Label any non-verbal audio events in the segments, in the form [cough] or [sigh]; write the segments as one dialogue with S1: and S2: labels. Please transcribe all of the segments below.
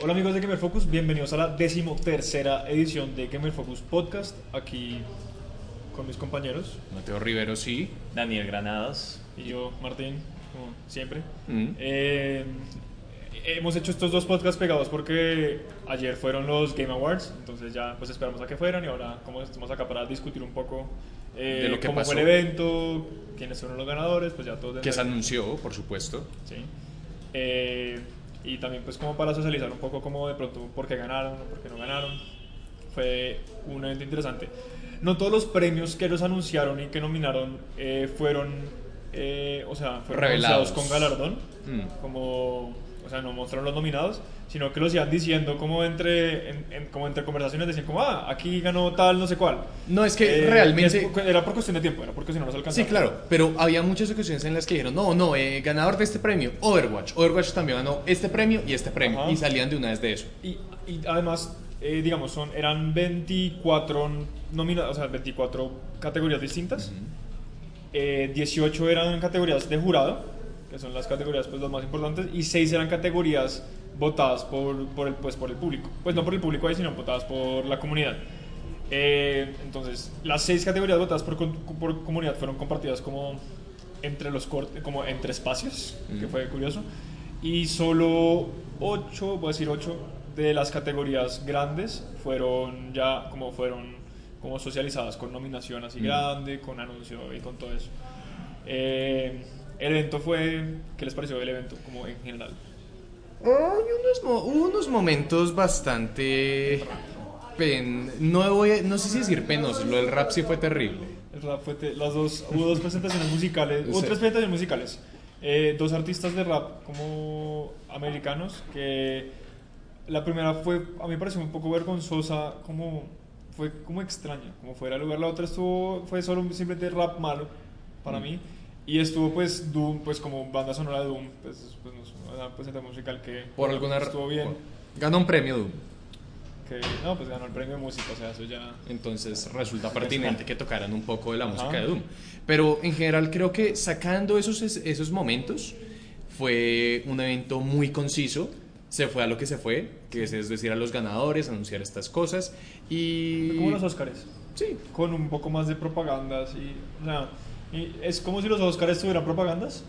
S1: Hola amigos de Gamer Focus, bienvenidos a la decimotercera edición de Gamer Focus Podcast, aquí con mis compañeros
S2: Mateo Rivero sí.
S3: Daniel Granados.
S1: y yo, Martín, como siempre.
S2: Mm.
S1: Eh, hemos hecho estos dos podcasts pegados porque ayer fueron los Game Awards, entonces ya pues esperamos a que fueran y ahora como estamos acá para discutir un poco eh,
S2: De lo que
S1: cómo
S2: pasó.
S1: fue el evento, quiénes fueron los ganadores, pues ya todos...
S2: Que se
S1: dentro-
S2: anunció, por supuesto.
S1: Sí. Eh, y también pues como para socializar un poco como de pronto por qué ganaron o por qué no ganaron. Fue un evento interesante. No todos los premios que los anunciaron y que nominaron eh, fueron, eh, o sea, fueron
S2: Revelados.
S1: anunciados con galardón.
S2: Mm.
S1: Como, o sea, no mostraron los nominados, sino que los iban diciendo como entre, en- en- como entre conversaciones, decían como, ah, aquí ganó tal, no sé cuál.
S2: No, es que
S1: Eh,
S2: realmente-
S1: es por- Era por cuestión de tiempo, era porque si no nos alcanzaba.
S4: Sí, claro, pero había muchas ocasiones en las que dijeron, no, no, eh, ganador de este premio, Overwatch. Overwatch también ganó este premio y este premio.
S1: Ajá.
S4: Y salían de una vez de eso.
S1: Y, y además, eh, digamos, son, eran 24 nomina- o sea, 24 categorías distintas. Eh, 18 eran categorías de jurado, que son las categorías pues, las más importantes, y 6 eran categorías votadas por, por, el, pues, por el público. Pues no por el público ahí, sino votadas por la comunidad. Eh, entonces, las 6 categorías votadas por, con- por comunidad fueron compartidas como entre los cortes, como entre espacios, que
S2: Mm.
S1: fue curioso. Y solo 8, voy a decir 8, de las categorías grandes fueron ya como fueron como socializadas con nominación así
S2: Mm.
S1: grande, con anuncio y con todo eso. Eh, el evento fue, ¿qué les pareció el evento como en general?
S4: Hay unos, mo- hubo unos momentos bastante... pen- no, voy a- no sé si decir penosos, lo del rap sí fue terrible.
S1: El rap fue te- las dos, hubo dos presentaciones musicales, hubo
S4: [laughs] Sí.
S1: tres presentaciones musicales. Eh, dos artistas de rap como americanos que la primera fue, a mí me pareció un poco vergonzosa, como fue como extraña, como fuera de lugar. La otra estuvo, fue solo un- simplemente rap malo para
S4: Mm.
S1: mí. Y estuvo pues Doom, pues como banda sonora de Doom, pues, pues, no sé, una presentación musical que
S4: Por alguna ra-
S1: estuvo bien.
S4: por- Ganó un premio Doom.
S1: Que, no, pues ganó el premio de música, o sea, eso ya...
S4: Entonces resulta pertinente que tocaran un poco de la
S1: Ajá.
S4: música de Doom. Pero en general creo que sacando esos, es- esos momentos fue un evento muy conciso. Se fue a lo que se fue, que es, es decir, a los ganadores, anunciar estas cosas. Y...
S1: Como los Oscars.
S4: Sí,
S1: con un poco más de propagandas y, o sea, y es como si los Oscars tuvieran propagandas,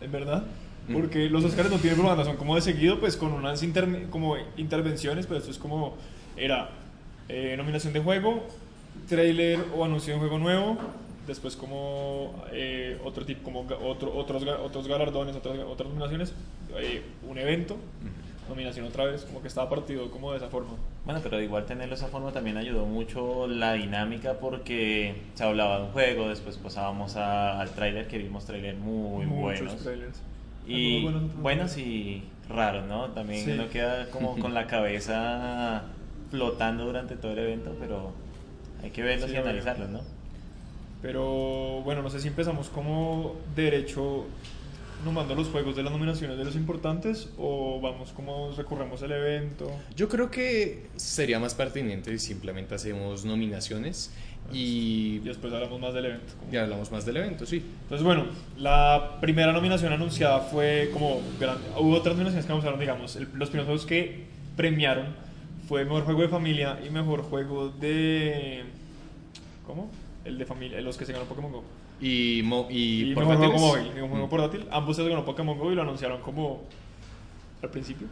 S1: en verdad, porque los Oscars no tienen propagandas, son como de seguido, pues con unas interne- como intervenciones, pero esto es como era eh, nominación de juego, trailer o anuncio de un juego nuevo, después como eh, otro tipo, como ga- otro, otros, ga- otros galardones, otras, otras nominaciones, eh, un evento, nominación otra vez, como que estaba partido como de esa forma.
S3: Bueno, pero igual tenerlo de esa forma también ayudó mucho la dinámica porque se hablaba de un juego, después pasábamos a- al tráiler, que vimos tráiler muy
S1: Muchos
S3: buenos.
S1: trailers.
S3: Y
S1: Algunos
S3: buenos,
S1: otros no.
S3: y raros, ¿no? También
S1: Sí.
S3: uno queda
S4: [laughs]
S3: como con la cabeza flotando durante todo el evento, pero hay que verlos
S1: Sí,
S3: y
S1: obvio.
S3: analizarlos, ¿no? Eh,
S1: Pero bueno, no sé si empezamos como derecho nombrando los juegos de las nominaciones de los importantes o vamos como recorremos el evento.
S4: Yo creo que sería más pertinente si simplemente hacemos nominaciones
S1: Ah,
S4: y
S1: Y después hablamos más del evento. como-
S4: ya hablamos más del evento, sí.
S1: Entonces bueno, la primera nominación anunciada fue como grande. Hubo otras nominaciones que anunciaron, digamos. el- los primeros juegos que premiaron fue Mejor Juego de Familia y Mejor Juego de... ¿Cómo? El de familia, los que se ganó Pokémon GO.
S4: Y, mo- y,
S1: y mejor
S4: portátiles.
S1: juego móvil, mejor juego
S4: Mm.
S1: portátil. Ambos se ganó Pokémon Go y lo anunciaron como al principio.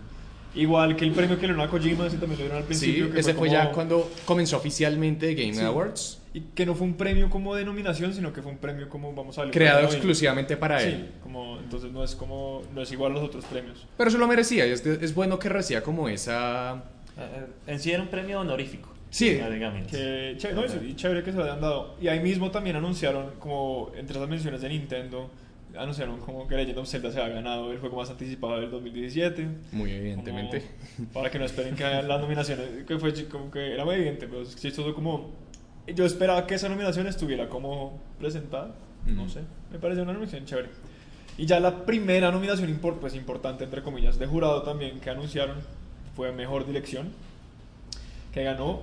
S1: Igual que el premio que le dieron a Kojima, ese también lo dieron al principio.
S4: Sí,
S1: que
S4: ese fue, ya
S1: como-
S4: cuando comenzó oficialmente Game
S1: Sí.
S4: Awards.
S1: Y que no fue un premio como denominación, sino que fue un premio como, vamos a ver.
S4: creado exclusivamente para
S1: Sí,
S4: él.
S1: como, entonces no es como, no es igual a los otros premios.
S4: Pero se lo merecía, y es, es bueno que reciba como esa...
S3: Eh, En sí era un premio honorífico.
S4: Sí,
S3: básicamente.
S1: Que chévere, no, y- y chévere que se lo hayan dado. Y ahí mismo también anunciaron, como entre las menciones de Nintendo, anunciaron como que Legend of Zelda se había ganado el juego más anticipado del 2017.
S4: Muy evidentemente.
S1: Como para que no esperen que hagan las nominaciones, que fue chi- como que era muy evidente, pues, pero es chistoso como... Yo esperaba que esa nominación estuviera como presentada, no
S4: Ujú.
S1: sé, me parece una nominación chévere. Y ya la primera nominación impor- pues, importante, entre comillas, de jurado también que anunciaron fue Mejor Dirección, que ganó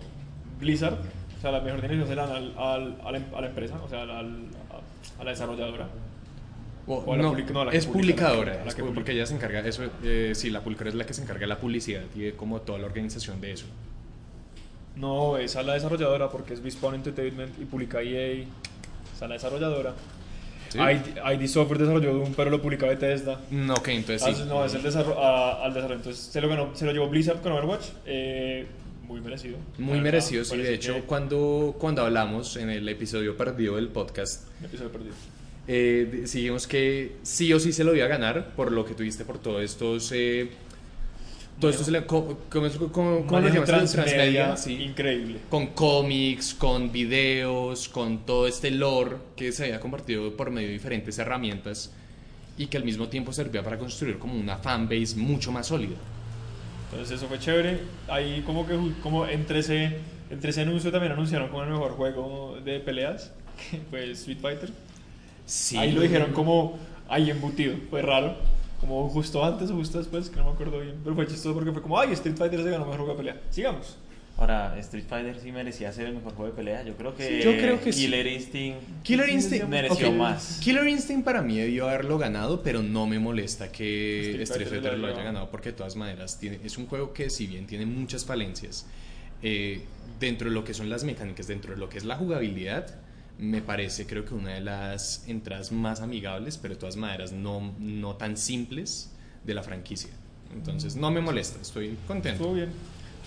S1: Blizzard, o sea, la mejor dirección se la dan al- al- a, la, em- a la empresa, o sea, al- al- a, a la desarrolladora.
S4: O-
S1: O a la
S4: no,
S1: public- no, a la que
S4: es
S1: publica, la que-
S4: publicadora,
S1: a la
S4: es
S1: que
S4: pu-
S1: publica.
S4: porque ella se encarga, eso, eh, sí, la publicadora es la que se encarga de la publicidad y de como toda la organización de eso.
S1: No, es a la desarrolladora porque es Respawn Entertainment y publica EA. Es a la desarrolladora.
S4: ¿Sí?
S1: ID, ID Software desarrolló Doom, pero lo publica Bethesda.
S4: No, Mm, ok, entonces sí.
S1: Entonces, Ah, no, es el desarrollo, a- al desarrollo. Entonces, se lo, ganó, se lo llevó Blizzard con Overwatch. eh, muy merecido.
S4: Muy
S1: La verdad,
S4: merecido, sí.
S1: Ah, parece
S4: De hecho,
S1: que-
S4: cuando, cuando hablamos en el episodio perdido del podcast,
S1: Un episodio perdido.
S4: eh, decidimos que sí o sí se lo iba a ganar por lo que tuviste, por todos estos... eh, todos estos ele- co- ¿Cómo, es- cómo- cómo lo
S1: Manejo
S4: llamas? Transmedia, sí.
S1: Increíble.
S4: Con cómics, con videos, con todo este lore que se había compartido por medio de diferentes herramientas y que al mismo tiempo servía para construir como una fanbase mucho más sólida.
S1: Entonces eso fue chévere. Ahí como que ju- como entre ese, entre ese anuncio también anunciaron como el mejor juego de peleas, [laughs] que fue Street Fighter.
S4: Sí.
S1: Ahí lo dijeron como ahí embutido, fue raro. Como justo antes o justo después, que no me acuerdo bien. Pero fue chistoso porque fue como, ay, Street Fighter se ganó mejor juego de pelea. Sigamos.
S3: Ahora, Street Fighter sí merecía ser el mejor juego de pelea. Yo creo que,
S4: Sí, yo creo que sí.
S3: Killer Instinct
S4: Killer Instinct
S3: mereció
S4: ok.
S3: más.
S4: Killer Instinct para mí debió haberlo ganado, pero no me molesta que
S1: Street
S4: Street
S1: Fighter
S4: Fighter
S1: lo
S4: lo
S1: haya
S4: haya ganado porque de todas maneras tiene- es un juego que si bien tiene muchas falencias eh, dentro de lo que son las mecánicas, dentro de lo que es la jugabilidad, me parece creo que una de las entradas más amigables, pero de todas maneras no, no tan simples de la franquicia. Entonces no me molesta, estoy contento.
S1: Estuvo bien.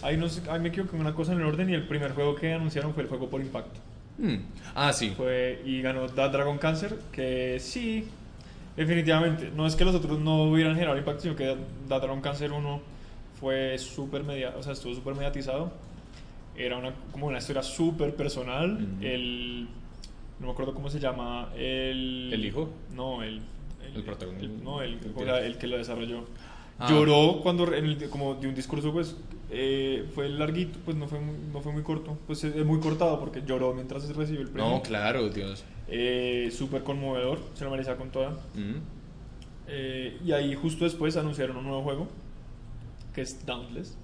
S1: Ahí, no sé- ahí me equivoqué en una cosa en el orden y el primer juego que anunciaron fue el juego por impacto.
S4: Mm. Ah, sí.
S1: Fue, y ganó That Dragon Cancer, que sí, definitivamente. No es que los otros no hubieran generado impacto, sino que That Dragon Cancer 1 fue súper media, o sea, estuvo súper mediatizado. Era una, como una historia súper personal.
S4: Ujú.
S1: El. No me acuerdo cómo se llama. El.
S4: ¿El hijo?
S1: No, el.
S4: El protagonista.
S1: el- no, el,
S4: El
S1: o sea,
S4: pirata.
S1: el que lo desarrolló.
S4: Ah.
S1: Lloró cuando, re- en el- como de un discurso, pues eh, fue larguito, pues no fue, muy- no fue muy corto, pues es muy cortado porque lloró mientras recibió el premio.
S4: No, claro, Dios.
S1: Eh, Súper conmovedor, se lo merecía con toda.
S4: Mm.
S1: Eh, y ahí justo después anunciaron un nuevo juego, que es Dauntless.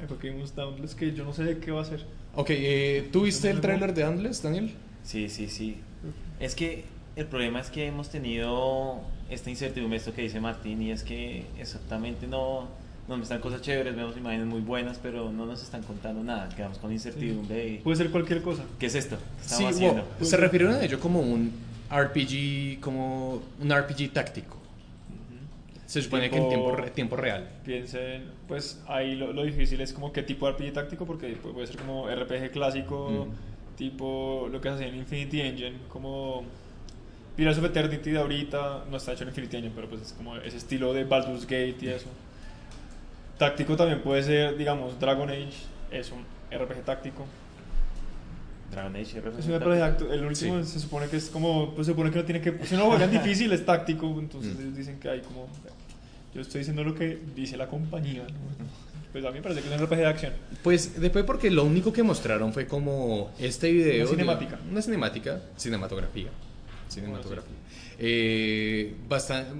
S1: Ahí fue que vimos Dauntless, que yo no sé de qué va a ser.
S4: Ok, eh, ¿tú viste el tráiler de Andles, Daniel?
S3: Sí, sí, sí. Es que el problema es que hemos tenido esta incertidumbre, esto que dice Martín, y es que exactamente no nos están cosas chéveres, vemos imágenes muy buenas, pero no nos están contando nada, quedamos con incertidumbre. y-
S1: Puede ser cualquier cosa.
S3: ¿Qué es esto? ¿Qué
S4: Sí,
S3: estamos
S4: wow,
S3: haciendo?
S4: se refirieron a ello como un RPG, como un RPG táctico. Se supone que en
S1: Tipo-
S4: tiempo, re- tiempo real.
S1: Piensen, pues ahí lo, lo difícil es como qué tipo de RPG táctico, porque pu- puede ser como RPG clásico, tipo lo que se hacía en Infinity Engine, como Pirates of Eternity de ahorita, no está hecho en Infinity Engine, pero pues es como ese estilo de Baldur's Gate y eso. Táctico también puede ser, digamos, Dragon Age, es un RPG táctico.
S3: Dragon Age RPG.
S1: Es un RPG táctico. El último se supone que es como, pues se supone que no tiene que, si no lo
S4: [laughs]
S1: juegan difícil es táctico, entonces
S4: Mm.
S1: ellos dicen que hay como, yo estoy diciendo lo que dice la compañía,
S4: Mm.
S1: ¿no? Pues a mí me parece que es un RPG de acción.
S4: Pues después porque lo único que mostraron fue como este video...
S1: Una cinemática.
S4: de- una cinemática, cinematografía. Cinematografía. bastante...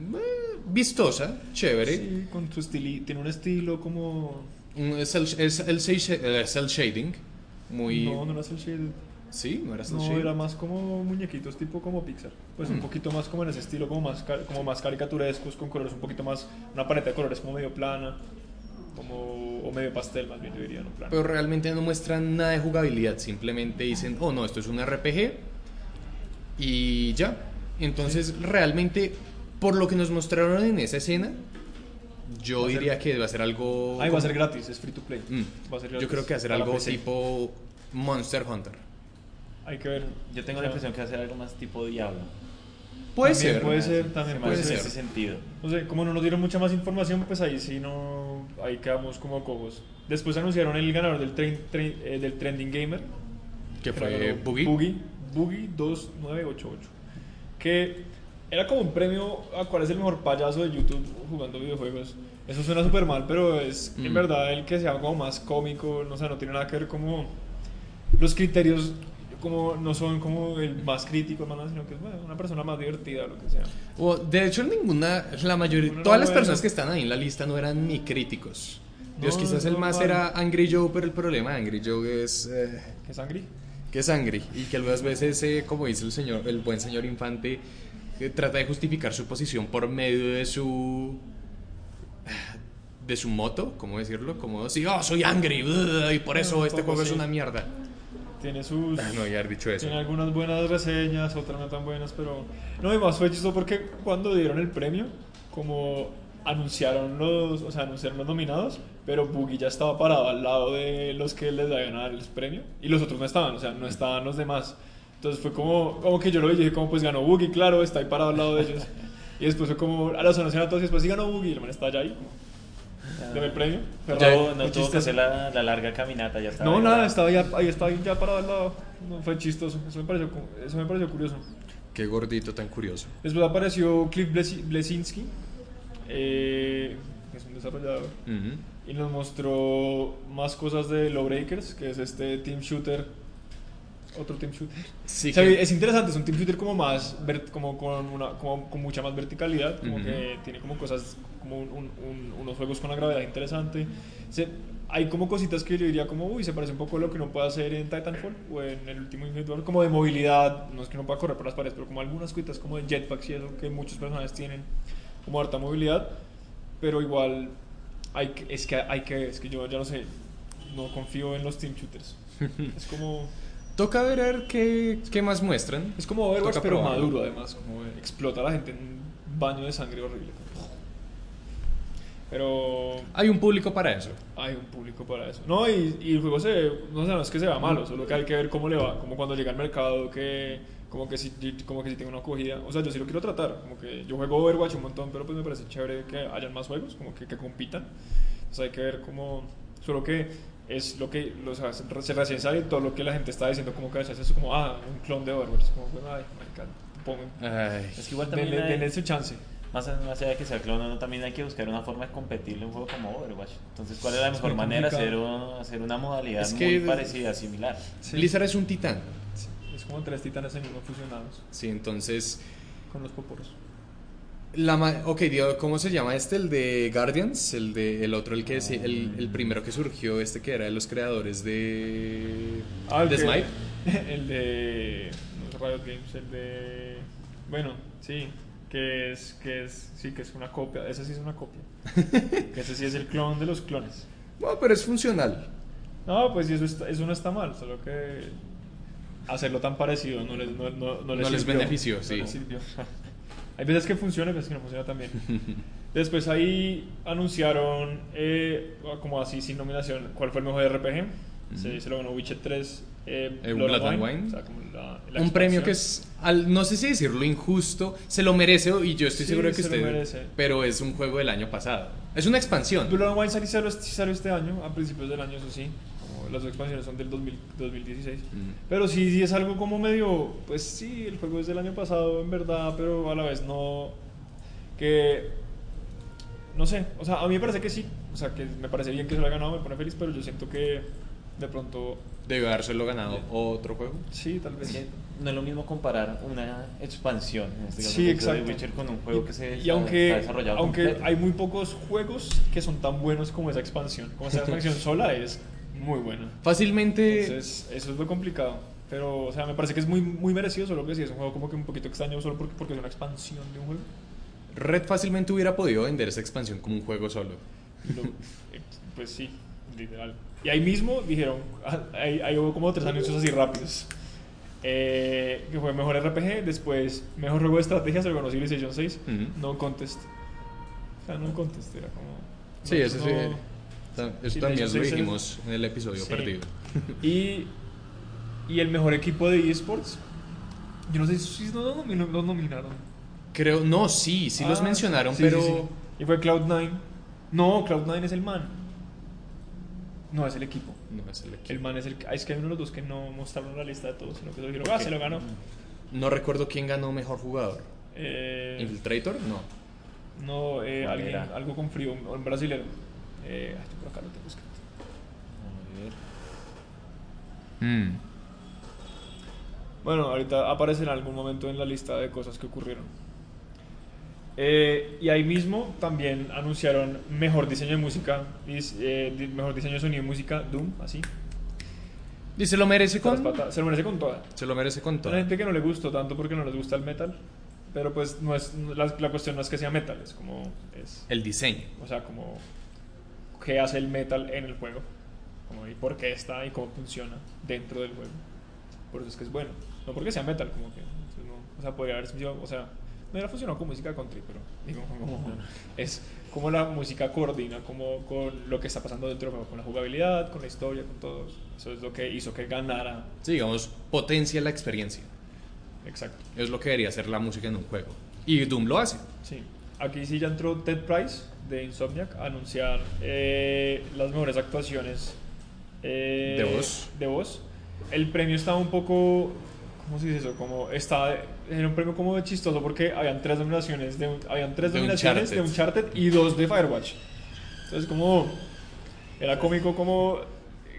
S4: vistosa, chévere.
S1: Sí, con su estilo, tiene un estilo como,
S4: Un- Es el, es el cel- eh, cel shading. Muy...
S1: no, no era cel shaded,
S4: Sí, no era cel
S1: no,
S4: shading.
S1: era más como muñequitos tipo como Pixar, pues
S4: Mm.
S1: un poquito más como en ese estilo, como más, car- como más caricaturescos, con colores un poquito más, una paleta de colores como medio plana, como, o medio pastel más bien, yo diría, no plana.
S4: Pero realmente no muestran nada de jugabilidad, simplemente dicen, oh no, esto es un RPG y ya. Entonces, realmente, por lo que nos mostraron en esa escena, yo
S1: Va a ser-
S4: diría que va a ser algo...
S1: Ahí va a ser
S4: como-
S1: gratis, es free to play.
S4: Mm.
S1: Va a ser
S4: Yo
S1: gratis
S4: creo que va a ser
S1: para
S4: algo
S1: PC.
S4: tipo Monster Hunter.
S1: Hay que ver.
S3: Yo tengo la impresión que va a ser algo más tipo Diablo.
S4: Puede
S1: También
S4: ser.
S1: Puede ser, también
S3: Se me
S1: puede
S3: hace en
S1: ser.
S3: ese sentido.
S1: No sé, como no nos dieron mucha más información, pues ahí sí no. Ahí quedamos como cojos. Después anunciaron el ganador del, tren- tren- eh, del Trending Gamer.
S4: Que
S1: lo
S4: fue
S1: ganó
S4: Boogie.
S1: Boogie. Boogie 2988. Que era como un premio a cuál es el mejor payaso de YouTube jugando videojuegos. Eso suena súper mal, pero es en
S4: Mm.
S1: verdad el que sea como más cómico. No sé, no tiene nada que ver como. Los criterios como no son como el más crítico, hermano, sino que es bueno, una persona más divertida, lo que sea.
S4: O, de hecho, ninguna, la mayoría,
S1: Ninguno
S4: todas
S1: era
S4: las
S1: bueno.
S4: personas que están ahí en la lista no eran ni críticos. Dios,
S1: No,
S4: quizás
S1: es
S4: el más
S1: normal.
S4: era Angry Joe, pero el problema de Angry Joe es... eh,
S1: ¿Qué sangre?
S4: que es angry y que algunas veces, eh, como dice el señor, el buen señor Infante, eh, trata de justificar su posición por medio de su [sighs] de su moto, ¿cómo decirlo? Como si, oh, soy angry, uh, y por eso
S1: Un
S4: este
S1: poco
S4: juego es
S1: así. [laughs]
S4: una mierda.
S1: Tiene sus.
S4: Ah, No, ya haber dicho eso.
S1: Tiene algunas buenas reseñas, otras no tan buenas, pero... No, y más fue chistoso porque cuando dieron el premio, como anunciaron los, o sea, anunciaron los nominados, pero Boogie ya estaba parado al lado de los que les iban a dar el premio y los otros no estaban, o sea, no estaban los demás. Entonces fue como, como que yo lo vi y dije, como pues ganó Boogie, claro, está ahí parado al lado de ellos. Y después fue como, a los anunciaron a todos y después sí ganó Boogie y el man está allá ahí, como, dame el premio.
S3: No,
S1: Pero
S3: tuvo-
S1: fue
S3: no tuvo que
S1: chistoso.
S3: hacer la, la larga caminata, ya estaba.
S1: No,
S3: ahí,
S1: nada,
S3: ¿verdad?
S1: estaba ya, ahí estaba ya parado al lado. No, fue chistoso. Eso me pareció, cu- eso me pareció curioso.
S4: Qué gordito tan curioso.
S1: Después apareció Cliff Blesi- Blesinski, eh, que es un desarrollador,
S4: Ujú.
S1: y nos mostró más cosas de Lawbreakers, que es este team shooter. Otro team shooter.
S4: Sí
S1: O sea,
S4: que-
S1: Es interesante, es un team shooter como más, vert- como con, una, como con mucha más verticalidad, como
S4: Ujú.
S1: que tiene como cosas, como un- un- un- unos juegos con una gravedad interesante. Se- hay como cositas que yo diría como, uy, se parece un poco a lo que uno puede hacer en Titanfall o en el último Infinite War, como de movilidad, no es que uno pueda correr por las paredes, pero como algunas cuitas como de jetpacks y eso que muchos personajes tienen, como harta movilidad, pero igual hay que- es que hay que es que yo ya no sé, no confío en los team
S4: [laughs]
S1: shooters. es como
S4: Toca ver, a ver qué, qué más muestran.
S1: es como Overwatch,
S4: Toca
S1: pero
S4: probarlo.
S1: maduro además, como explota a la gente en un baño de sangre horrible. Pero
S4: Hay un público para eso.
S1: hay un público para eso. No, y, y el juego se ve- no, sé, no es que se vea malo, solo que hay que ver cómo le va, como cuando llega al mercado, que como que si, como que si tengo una acogida. O sea, yo sí lo quiero tratar, como que yo juego Overwatch un montón, pero pues me parece chévere que hayan más juegos, como que, que compitan. O sea, hay que ver cómo, solo que es lo que los hace- se recién sale todo lo que la gente está diciendo, como que es eso, como, ah, un clon de Overwatch, como, pues, ay, marica, pongan,
S4: Ay.
S3: Es que igual también.
S1: denle,
S3: hay-
S1: denle su chance.
S3: Más, más allá de que sea clon o no, también hay que buscar una forma de competirle en un juego como Overwatch. Entonces, ¿cuál es la
S1: Es
S3: mejor
S1: muy
S3: manera? Hacer,
S1: complicado.
S3: un- hacer una modalidad
S4: Es que-
S3: muy parecida, similar.
S4: Blizzard es un titán.
S1: Sí, Es como tres titanes en uno fusionados,
S4: Sí, entonces.
S1: con los poporos.
S4: La ma- ok, digo, ¿cómo se llama este? El de Guardians, el de el otro, el que sí, el, el primero que surgió, este que era de los creadores de,
S1: Ah, el
S4: de
S1: que-
S4: Smite.
S1: [laughs] El de no es Riot Games, el de bueno, sí, que es que es sí que es una copia, ese sí es una
S4: [laughs]
S1: copia. que ese sí es el clon de los clones.
S4: Bueno, pero es funcional.
S1: No, pues y eso está- eso no está mal, solo que hacerlo tan parecido no les no, no- no les,
S4: No les
S1: sirvió,
S4: benefició,
S1: no
S4: sí.
S1: les sirvió. [laughs] Hay veces que funciona y veces que no funciona también.
S4: [laughs]
S1: Después ahí anunciaron, eh, como así sin nominación, cuál fue el mejor RPG. Se, se lo ganó Witcher 3. Eh,
S4: Eh,
S1: Blood
S4: Blood and
S1: and
S4: Wine.
S1: O sea, como la- [laughs] la
S4: Un premio
S1: expansión.
S4: que es, al- no sé si decirlo injusto, se lo merece y yo estoy
S1: Sí,
S4: seguro que
S1: se lo
S4: usted.
S1: merece.
S4: Pero es un juego del año pasado. Es una expansión.
S1: Blood and Wine salió, salió- salió este año, a principios del año, eso sí. Como las expansiones son del 2000 2016.
S4: Mm.
S1: Pero sí, sí es algo como medio. Pues sí, el juego es del año pasado, en verdad, pero a la vez no. Que. No sé, o sea, a mí me parece que sí. O sea, que me parece bien que se lo haya ganado, me pone feliz, pero yo siento que de pronto.
S4: Debe habérselo ganado otro juego.
S1: Sí, tal vez.
S3: Porque no es lo mismo comparar una expansión, en este caso
S1: Sí,
S3: por ejemplo,
S1: exacto.
S3: de Witcher, con un juego que se
S1: y aunque,
S3: está desarrollado
S1: aunque
S3: completo.
S1: hay muy pocos juegos que son tan buenos como esa expansión. Como
S3: [laughs]
S1: esa expansión sola es muy buena.
S4: Fácilmente.
S1: Entonces, eso es lo complicado. Pero, o sea, me parece que es muy, muy merecido, solo que sí, es un juego como que un poquito extraño solo porque, porque es una expansión de un juego.
S4: Red fácilmente hubiera podido vender esa expansión como un juego solo.
S1: Lo- eh, pues sí, literal. Y ahí mismo dijeron, ah, ahí, ahí hubo como tres anuncios así rápidos. Eh, que fue mejor RPG, después mejor juego de estrategia, se lo ganó Civilization 6,
S4: Ujú.
S1: no contest. O sea, no contest, era como...
S4: Sí,
S1: no-
S4: eso sí.
S1: no-
S4: ta- Eso
S1: Sí,
S4: también
S1: de
S4: lo
S1: hecho, sí,
S4: dijimos en el episodio
S1: Sí.
S4: perdido.
S1: Y, y el mejor equipo de eSports, yo no sé si no, no, no, nominaron.
S4: Creo, no, sí, sí los
S1: Ah,
S4: mencionaron,
S1: sí,
S4: pero.
S1: sí, sí. Y fue Cloud9. No, Cloud9 es el man. No, es el equipo.
S4: No, es el equipo.
S1: El man es el. ah, Es que hay uno de los dos que no mostraron la lista de todos, sino que solo dijeron,
S4: ¿Por
S1: ah,
S4: qué?
S1: se lo ganó.
S4: No recuerdo quién ganó mejor jugador.
S1: Eh,
S4: ¿Infiltrator? No.
S1: no, eh,
S3: ¿Cuál
S1: alguien,
S3: era?
S1: algo con frío, un, un brasilero. Eh, ay, yo por acá lo tengo escrito.
S3: A ver.
S4: Mm.
S1: Bueno, ahorita aparece en algún momento en la lista de cosas que ocurrieron. Eh, y ahí mismo también anunciaron mejor diseño de música, dis- eh, di- mejor diseño de sonido y música, Doom, así.
S4: Y se lo merece
S1: Hasta las
S4: con.
S1: patas. Se lo merece con toda.
S4: Se lo merece con todo.
S1: Hay gente que no le gustó tanto porque no les gusta el metal. Pero pues no es, la, la cuestión no es que sea metal, es como... Es,
S4: El diseño.
S1: o sea, como... ¿Qué hace el metal en el juego? Como, ¿Y por qué está y cómo funciona dentro del juego? Por eso es que es bueno. No porque sea metal, como que... entonces no- o sea, podría haber sido... O sea, no era funcionado con música country, pero... Digo, como, es como la música coordina como con lo que está pasando dentro del juego, con la jugabilidad, con la historia, con todo. eso. Eso es lo que hizo que ganara.
S4: Sí, digamos, potencia la experiencia.
S1: Exacto.
S4: Es lo que debería hacer la música en un juego. Y Doom lo hace.
S1: Sí, aquí sí ya entró Ted Price de Insomniac a anunciar eh, las mejores actuaciones eh,
S4: De voz.
S1: de voz. El premio estaba un poco, ¿cómo se dice eso? Como estaba, era un premio como chistoso porque habían tres nominaciones de, un- habían tres
S4: De
S1: nominaciones de
S4: Uncharted.
S1: Uncharted y dos de Firewatch. Entonces como era cómico como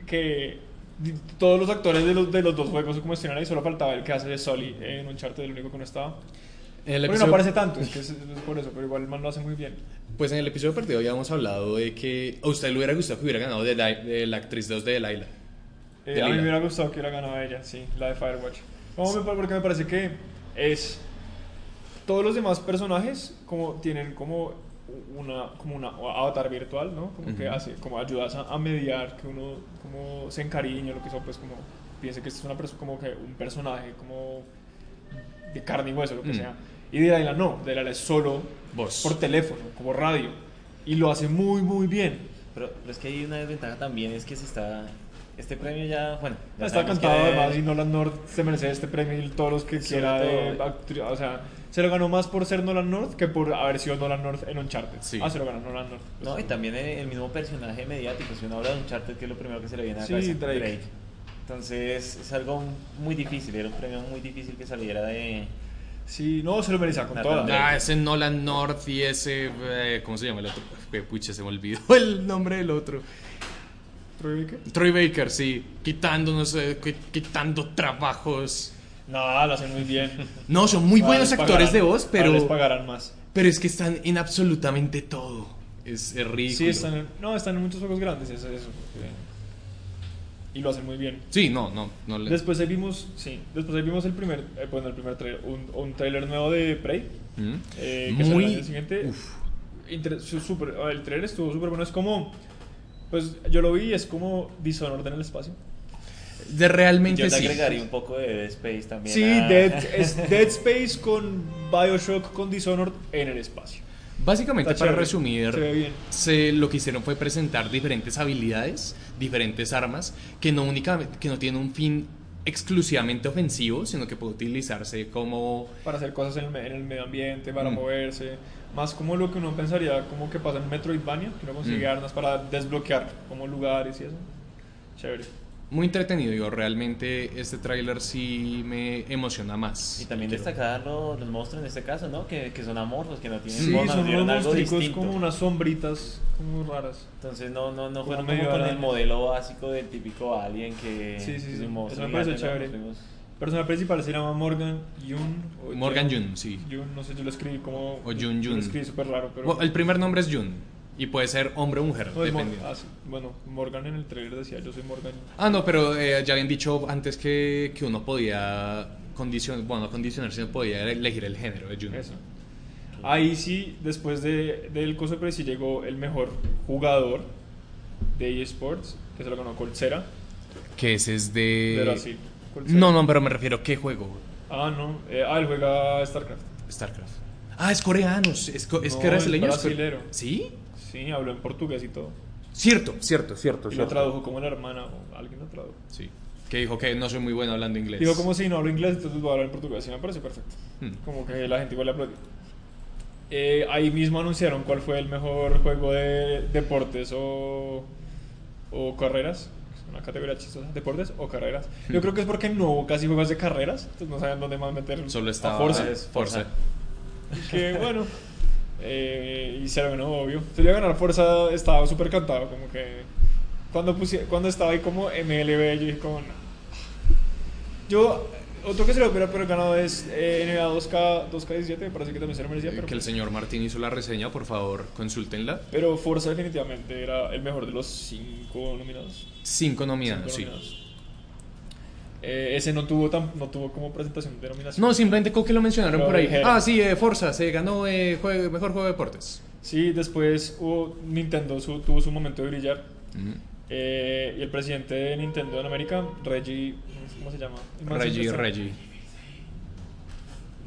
S1: que di- todos los actores de los, de los dos juegos como estuvieron ahí, solo faltaba el que hace de Sully en Uncharted, el único que no estaba.
S4: En el
S1: Porque
S4: episodio-
S1: no aparece tanto, es que es, es por eso, pero igual el man lo hace muy bien.
S4: Pues en el episodio perdido habíamos hablado de que a usted le hubiera gustado que hubiera ganado de la, de la actriz 2 de Delilah.
S1: Eh,
S4: De
S1: a mí
S4: Lila.
S1: me hubiera gustado que hubiera ganado ella, sí, la de Firewatch. Vamos a ver, porque me parece que es. Todos los demás personajes como tienen como una como una avatar virtual, ¿no? Como que
S4: Ujú.
S1: hace, como ayudas a, a mediar que uno como se encariñe, lo que sea, pues como piense que esto es una persona como que un personaje como de carne y hueso, lo que
S4: Mm.
S1: sea. Y de Delilah no, Delilah es solo
S4: Voz.
S1: por teléfono, como radio y lo hace muy muy bien.
S3: Pero, pero es que hay una desventaja también, es que se está... Este premio ya, bueno... ya
S1: Está
S3: sabemos que
S1: cantado
S3: era-
S1: además y Nolan North se merece este premio y todos los que
S3: Sobre
S1: quiera. de
S3: todo,
S1: actri- o sea, se lo ganó más por ser Nolan North que por haber sido Nolan North en Uncharted.
S4: Sí.
S1: Ah, se lo ganó Nolan North.
S3: No, y también el, el mismo personaje mediático, si uno habla de Uncharted, que es lo primero que se le viene a la
S1: Sí,
S3: cabeza,
S1: Drake.
S3: Entonces, es algo muy difícil, era un premio muy difícil que saliera de...
S1: Sí, no, se lo merecía con
S3: Nathan
S1: todas.
S3: Drake.
S4: Ah, ese Nolan North y ese. eh, ¿Cómo se llama el otro? Eh, Pucha, se me olvidó [laughs] el nombre del otro.
S1: ¿Troy Baker?
S4: Troy Baker, sí. Quitándonos, eh, qui- quitando trabajos.
S1: No, lo hacen muy bien.
S4: No, son [laughs] muy
S1: Ah,
S4: buenos
S1: les
S4: actores
S1: pagarán-
S4: de voz,
S1: ah, Les
S4: pero.
S1: pagarán más.
S4: Pero es que están en absolutamente todo. Es, es ridículo.
S1: Sí, están en, no, están en muchos juegos grandes, eso, eso. Y lo hacen muy bien.
S4: Sí, no, no. no le-
S1: Después ahí vimos, sí, después ahí vimos el primer, eh, bueno, el primer trailer, un, un trailer nuevo de Prey.
S4: ¿Mm?
S1: eh, que salió el
S4: Muy.
S1: año siguiente. Inter- su- super- el trailer estuvo súper bueno. Es como. Pues yo lo vi, es como Dishonored en el espacio.
S4: De
S3: Yo
S4: realmente
S3: le
S4: sí.
S3: agregaría un poco de Dead Space también.
S1: Sí,
S4: ah.
S3: a-
S1: Dead,
S3: [laughs]
S4: [laughs]
S1: es Dead Space con Bioshock con Dishonored en el espacio.
S4: Básicamente,
S1: Está
S4: para
S1: chévere,
S4: resumir,
S1: se ve bien.
S4: se- lo que hicieron fue presentar diferentes habilidades, diferentes armas, que no, únicamente, que no tienen un fin exclusivamente ofensivo, sino que puede utilizarse como...
S1: Para hacer cosas en el, me- en el medio ambiente, para
S4: Mm.
S1: moverse. Más como lo que uno pensaría, como que pasa en Metroidvania, que uno consigue
S4: Mm.
S1: armas para desbloquear como lugares y eso. Chévere.
S4: Muy entretenido, yo realmente este tráiler sí me emociona más.
S3: Y también
S4: Quiero-
S3: destacar lo- los monstruos en este caso, ¿no? Que, que son amorfos, que no tienen
S1: Sí,
S3: forma,
S1: son
S3: dieron
S1: unos
S3: algo
S1: monstruos
S3: distinto.
S1: como unas sombritas, como raras.
S3: Entonces no, no, no
S1: Como
S3: fueron
S1: medio
S3: como con el
S1: araña.
S3: modelo básico del típico alien que
S1: Sí, sí,
S3: que es
S1: sí.
S3: un monstruo
S1: Eso me parece chévere.
S3: gigante, ¿no? Nos fuimos-
S1: Persona principal se llama Morgan Yun. o
S4: Morgan Yun, sí.
S1: Yun, no sé, yo lo escribí como.
S4: O Yun
S1: yo
S4: Yun.
S1: Lo escribí súper raro, pero.
S4: Bueno, el primer nombre es Jun, y puede ser hombre o mujer,
S1: No, es Mor-
S4: dependiendo.
S1: ah, sí. Bueno, Morgan en el trailer decía: Yo soy Morgan. Yun".
S4: Ah, no, pero eh, ya habían dicho antes que, que uno podía condicionar, bueno, no condicionar, sino podía elegir el género de Jun.
S1: Eso. Ahí sí, después de, del coso, pero sí llegó el mejor jugador de eSports, que se lo ganó Colcera
S4: Que ese es
S1: de
S4: de...
S1: Brasil. Colcera.
S4: Eh, No, no, pero me refiero, ¿qué juego?
S1: Ah, no. eh, ah, él juega StarCraft.
S4: StarCraft. Ah, es coreano, es, es co- es
S1: No,
S4: que brasileño.
S1: es
S4: es co-
S1: brasilero.
S4: ¿Sí?
S1: Sí, habló en portugués y todo.
S4: Cierto, cierto, cierto.
S1: Y lo tradujo como la hermana o alguien lo tradujo.
S4: Sí. Que dijo que no soy muy bueno hablando inglés.
S1: Digo, como si no hablo inglés, entonces voy a hablar en portugués. Sí, me parece perfecto.
S4: Hmm.
S1: Como que la gente igual le aplaudió. Eh, ahí mismo anunciaron cuál fue el mejor juego de deportes o, o carreras. Es Una categoría chistosa, deportes o carreras. Yo creo que es porque no hubo casi juegos de carreras, entonces no saben dónde más meter
S4: Solo
S1: a
S4: estaba
S1: Ah, Forza.
S4: es Forza. Eh,
S1: Que bueno, eh, y se lo ganó, obvio. Se lo iba a ganar Forza, estaba súper cantado. Como que cuando, pusie- cuando estaba ahí como MLB, yo dije, como no. Yo, otro que se lo hubiera pero ganado es eh, NBA 2K, 2K17, me parece que también se lo merecía.
S4: Eh,
S1: Pero, pues-
S4: Que el señor Martín hizo la reseña, por favor, consúltenla.
S1: pero Forza definitivamente era el mejor de los cinco nominados.
S4: Cinco
S1: Cinco
S4: nominados, sí.
S1: nominados. Eh, ese no tuvo, tan, no tuvo como presentación de nominación.
S4: No, simplemente con que lo mencionaron
S1: Lo
S4: por ahí.
S1: dijeron.
S4: Ah, sí, eh, Forza se ganó eh, jue- mejor juego de deportes.
S1: Sí, después hubo- Nintendo su- tuvo su momento de brillar. Eh, y el presidente de Nintendo en América, Reggie. ¿Cómo se llama? El man
S2: Reggie,
S1: siempre está-
S2: Reggie.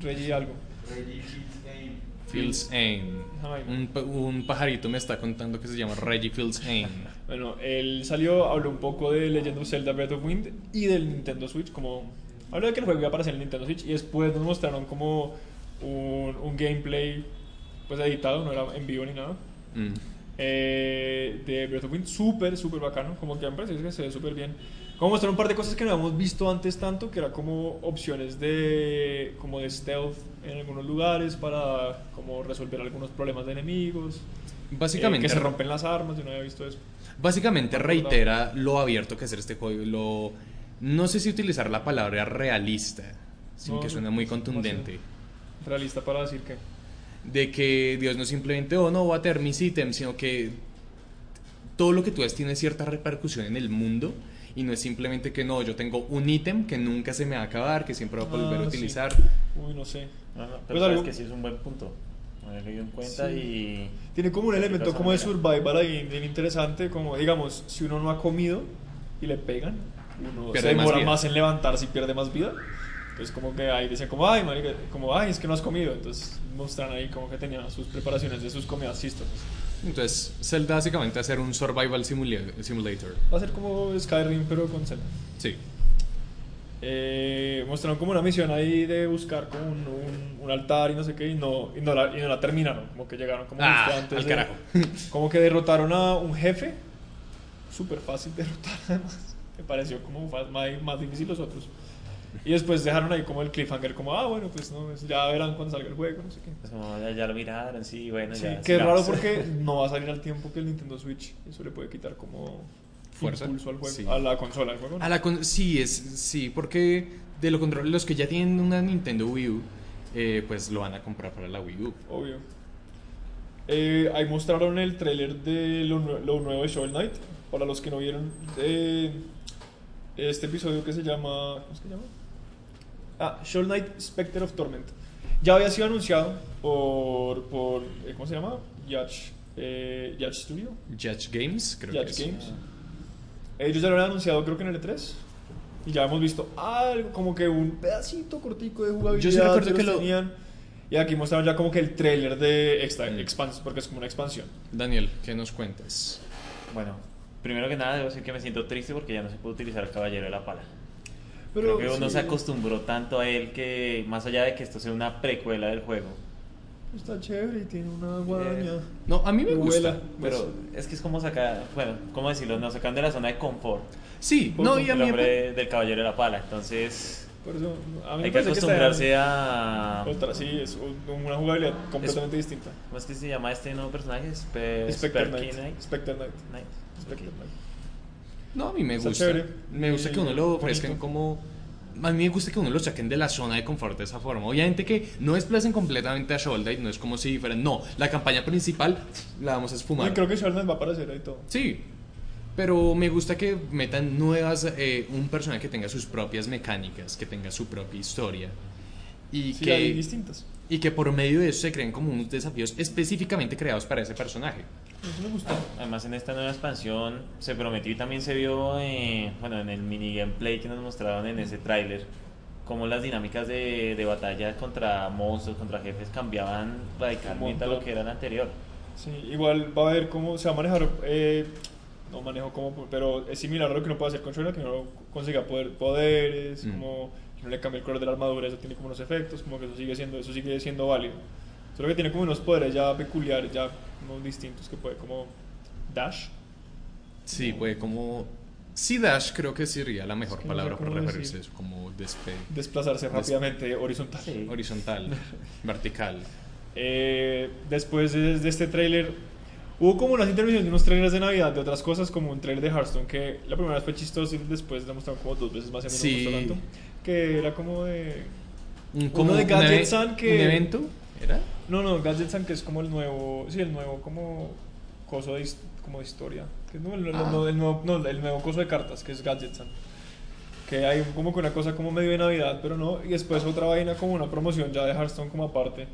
S1: Reggie algo.
S2: Fields Aim.
S1: Ay.
S4: Un, pa- un pajarito me está contando que se llama Reggie Fields Aim.
S1: Bueno, él salió, habló un poco de Legend of Zelda Breath of Wind y del Nintendo Switch, como... Habló de que el juego iba a aparecer en el Nintendo Switch y después nos mostraron como un, un gameplay, pues editado, no era en vivo ni nada,
S4: Mm.
S1: eh, de Breath of Wind, súper, súper bacano, como que a mí me parece que se ve súper bien. Como mostraron un par de cosas que no habíamos visto antes tanto, que era como opciones de, como de stealth en algunos lugares para como resolver algunos problemas de enemigos, eh,
S4: Básicamente,
S1: que se rompen las armas, yo no había visto eso.
S4: básicamente reitera lo abierto que hacer este juego. y Lo, no sé si utilizar la palabra realista, sin
S1: No,
S4: que
S1: no,
S4: suene muy
S1: no sé.
S4: contundente.
S1: Realista para decir que...
S4: de que Dios no simplemente, oh no, voy a tener mis ítems, sino que todo lo que tú haces tiene cierta repercusión en el mundo y no es simplemente que no, yo tengo un ítem que nunca se me va a acabar, que siempre voy a volver a
S1: Ah, sí.
S4: utilizar.
S1: Uy, no sé.
S3: No, no, pero
S1: Pues
S3: sabes
S1: algo-
S3: que sí es un buen punto. Bueno, lo dio en cuenta
S1: Sí.
S3: y.
S1: Tiene como un elemento
S3: pasa
S1: como de
S3: mira.
S1: survival ahí bien interesante, como digamos, si uno no ha comido y le pegan, uno
S4: Pierde
S1: se
S4: más
S1: demora más,
S4: vida.
S1: en levantarse y pierde más vida. Entonces como que ahí decía como, ay, marica", como, ay, es que no has comido. Entonces mostran ahí como que tenían sus preparaciones de sus comidas chistos.
S4: Entonces, Zelda básicamente va a ser un survival simula- simulator.
S1: Va a ser como Skyrim, pero con Zelda.
S4: Sí.
S1: Eh, mostraron como una misión ahí de buscar como un, un- un altar y no sé qué, y no, y no, la, y no la terminaron, como que llegaron como
S4: Ah,
S1: justo antes
S4: al
S1: de-
S4: carajo.
S1: [laughs] como que derrotaron a un jefe, súper fácil [laughs] derrotar además, me pareció como fa- más, más difícil los otros. Y después dejaron ahí como el cliffhanger, como, ah, bueno, pues no, es- ya verán cuando salga el juego, no sé qué.
S3: Pues, no, ya, ya lo miraron, sí, bueno,
S1: Sí,
S3: ya.
S1: que es raro
S4: [laughs]
S3: sigamos.
S1: porque no va a salir al tiempo que el Nintendo Switch, eso le puede quitar como
S4: Fuerza.
S1: impulso al juego,
S4: Sí.
S1: a la consola al juego. ¿no?
S4: A la con- sí, es, sí, porque de lo contrario, los que ya tienen una Nintendo Wii U, eh, pues lo van a comprar para la Wii U.
S1: Obvio. Eh, ahí mostraron el tráiler de lo, nue- lo nuevo de Shovel Knight. Para los que no vieron eh, este episodio que se llama... ¿Cómo es que se llama? Ah, Shovel Knight Spectre of Torment. Ya había sido anunciado por... por eh, ¿Cómo se llama? Yatch, eh, Yatch Studio.
S4: Judge Games, creo
S1: Yatch
S4: que es.
S1: Games. Ellos ya lo habían anunciado creo que en el E3. Y ya hemos visto algo, como que un pedacito cortico de jugabilidad.
S4: Yo sí recuerdo
S1: los
S4: que lo-
S1: tenían. Y aquí mostraron ya como que el trailer de extra,
S4: Mm.
S1: Expans- porque es como una expansión.
S4: Daniel, ¿qué nos cuentas?
S3: [laughs] Bueno, primero que nada, debo decir que me siento triste porque ya no se puede utilizar el caballero de la pala.
S1: Pero
S3: Creo que uno
S1: sí,
S3: se acostumbró tanto a él que, más allá de que esto sea una precuela del juego,
S1: Está chévere y tiene una guadaña.
S3: Eh,
S4: No, a mí me
S1: Vuela.
S4: gusta.
S3: pero es que es como sacar, bueno, ¿cómo decirlo? Nos sacan de la zona de confort.
S4: Sí, no, y a
S3: el
S4: mí me-
S3: hombre del caballero de la pala, entonces
S1: Por eso, a mí me
S3: hay que
S1: parece está-
S3: acostumbrarse a.
S1: Otra, sí, es un- una jugabilidad completamente distinta.
S3: ¿Cómo es que se llama este nuevo personaje? Spe-
S1: Spectre
S3: Sperky
S1: Knight. Spectre Knight.
S3: Knight.
S1: Spectre Knight.
S4: No, a mí me
S1: Está
S4: gusta.
S1: chévere.
S4: Me gusta
S1: Y
S4: que uno lo ofrezcan
S1: bonito.
S4: como... A mí me gusta que uno lo saquen de la zona de confort de esa forma. Obviamente que no desplacen completamente a Shoulder no es como si fueran... No, la campaña principal la vamos a
S1: Y
S4: esfumar.
S1: creo que Shovel Knight va a aparecer ahí todo.
S4: Sí, pero me gusta que metan nuevas... eh, un personaje que tenga sus propias mecánicas, que tenga su propia historia. Y
S1: Sí, hay
S4: que...
S1: distintas.
S4: Y que por medio de eso se creen como unos desafíos específicamente creados para ese personaje.
S1: Eso me gustó.
S3: Además en esta nueva expansión se prometió y también se vio eh, bueno, en el mini gameplay que nos mostraron en ese tráiler cómo las dinámicas de, de batalla contra monstruos, contra jefes cambiaban radicalmente a lo
S1: montón.
S3: que era el anterior.
S1: Sí, igual va a ver cómo se va a manejar. eh, no manejo cómo, pero es similar a lo que uno puede hacer con Shona, que uno consiga poder, poderes,
S4: Mm.
S1: como que no le cambie el color de la armadura, eso tiene como unos efectos, como que eso sigue siendo, eso sigue siendo válido. Solo que tiene como unos poderes ya peculiares, ya como distintos, que puede como dash.
S4: Sí, puede como... Sí, Dash creo que sería la mejor
S1: Es que no sé
S4: palabra para
S1: cómo
S4: referirse a
S1: decir.
S4: eso, como despe
S1: Desplazarse
S4: Des-
S1: rápidamente horizontal.
S3: Sí.
S1: [laughs]
S4: horizontal, vertical.
S1: Eh, después de, de este tráiler hubo como unas intervenciones de unos trailers de Navidad, de otras cosas, como un trailer de Hearthstone que la primera vez fue chistoso y después la mostraron como dos veces más y a mí no me gustó
S4: Sí.
S1: tanto. Que era como de...
S4: Un,
S1: Uno de
S4: un
S1: Gadget
S4: eve-
S1: Sun que-
S4: e- un evento, ¿era?
S1: No, no, Gadget Sun que es como el nuevo... Sí, el nuevo como coso de, his- como de historia. Que no, el, el-
S4: Ah.
S1: no, el nuevo, no, el nuevo coso de cartas, que es Gadget Sun. que hay como que una cosa como medio de Navidad, pero no, y después otra vaina como una promoción ya de Hearthstone como aparte,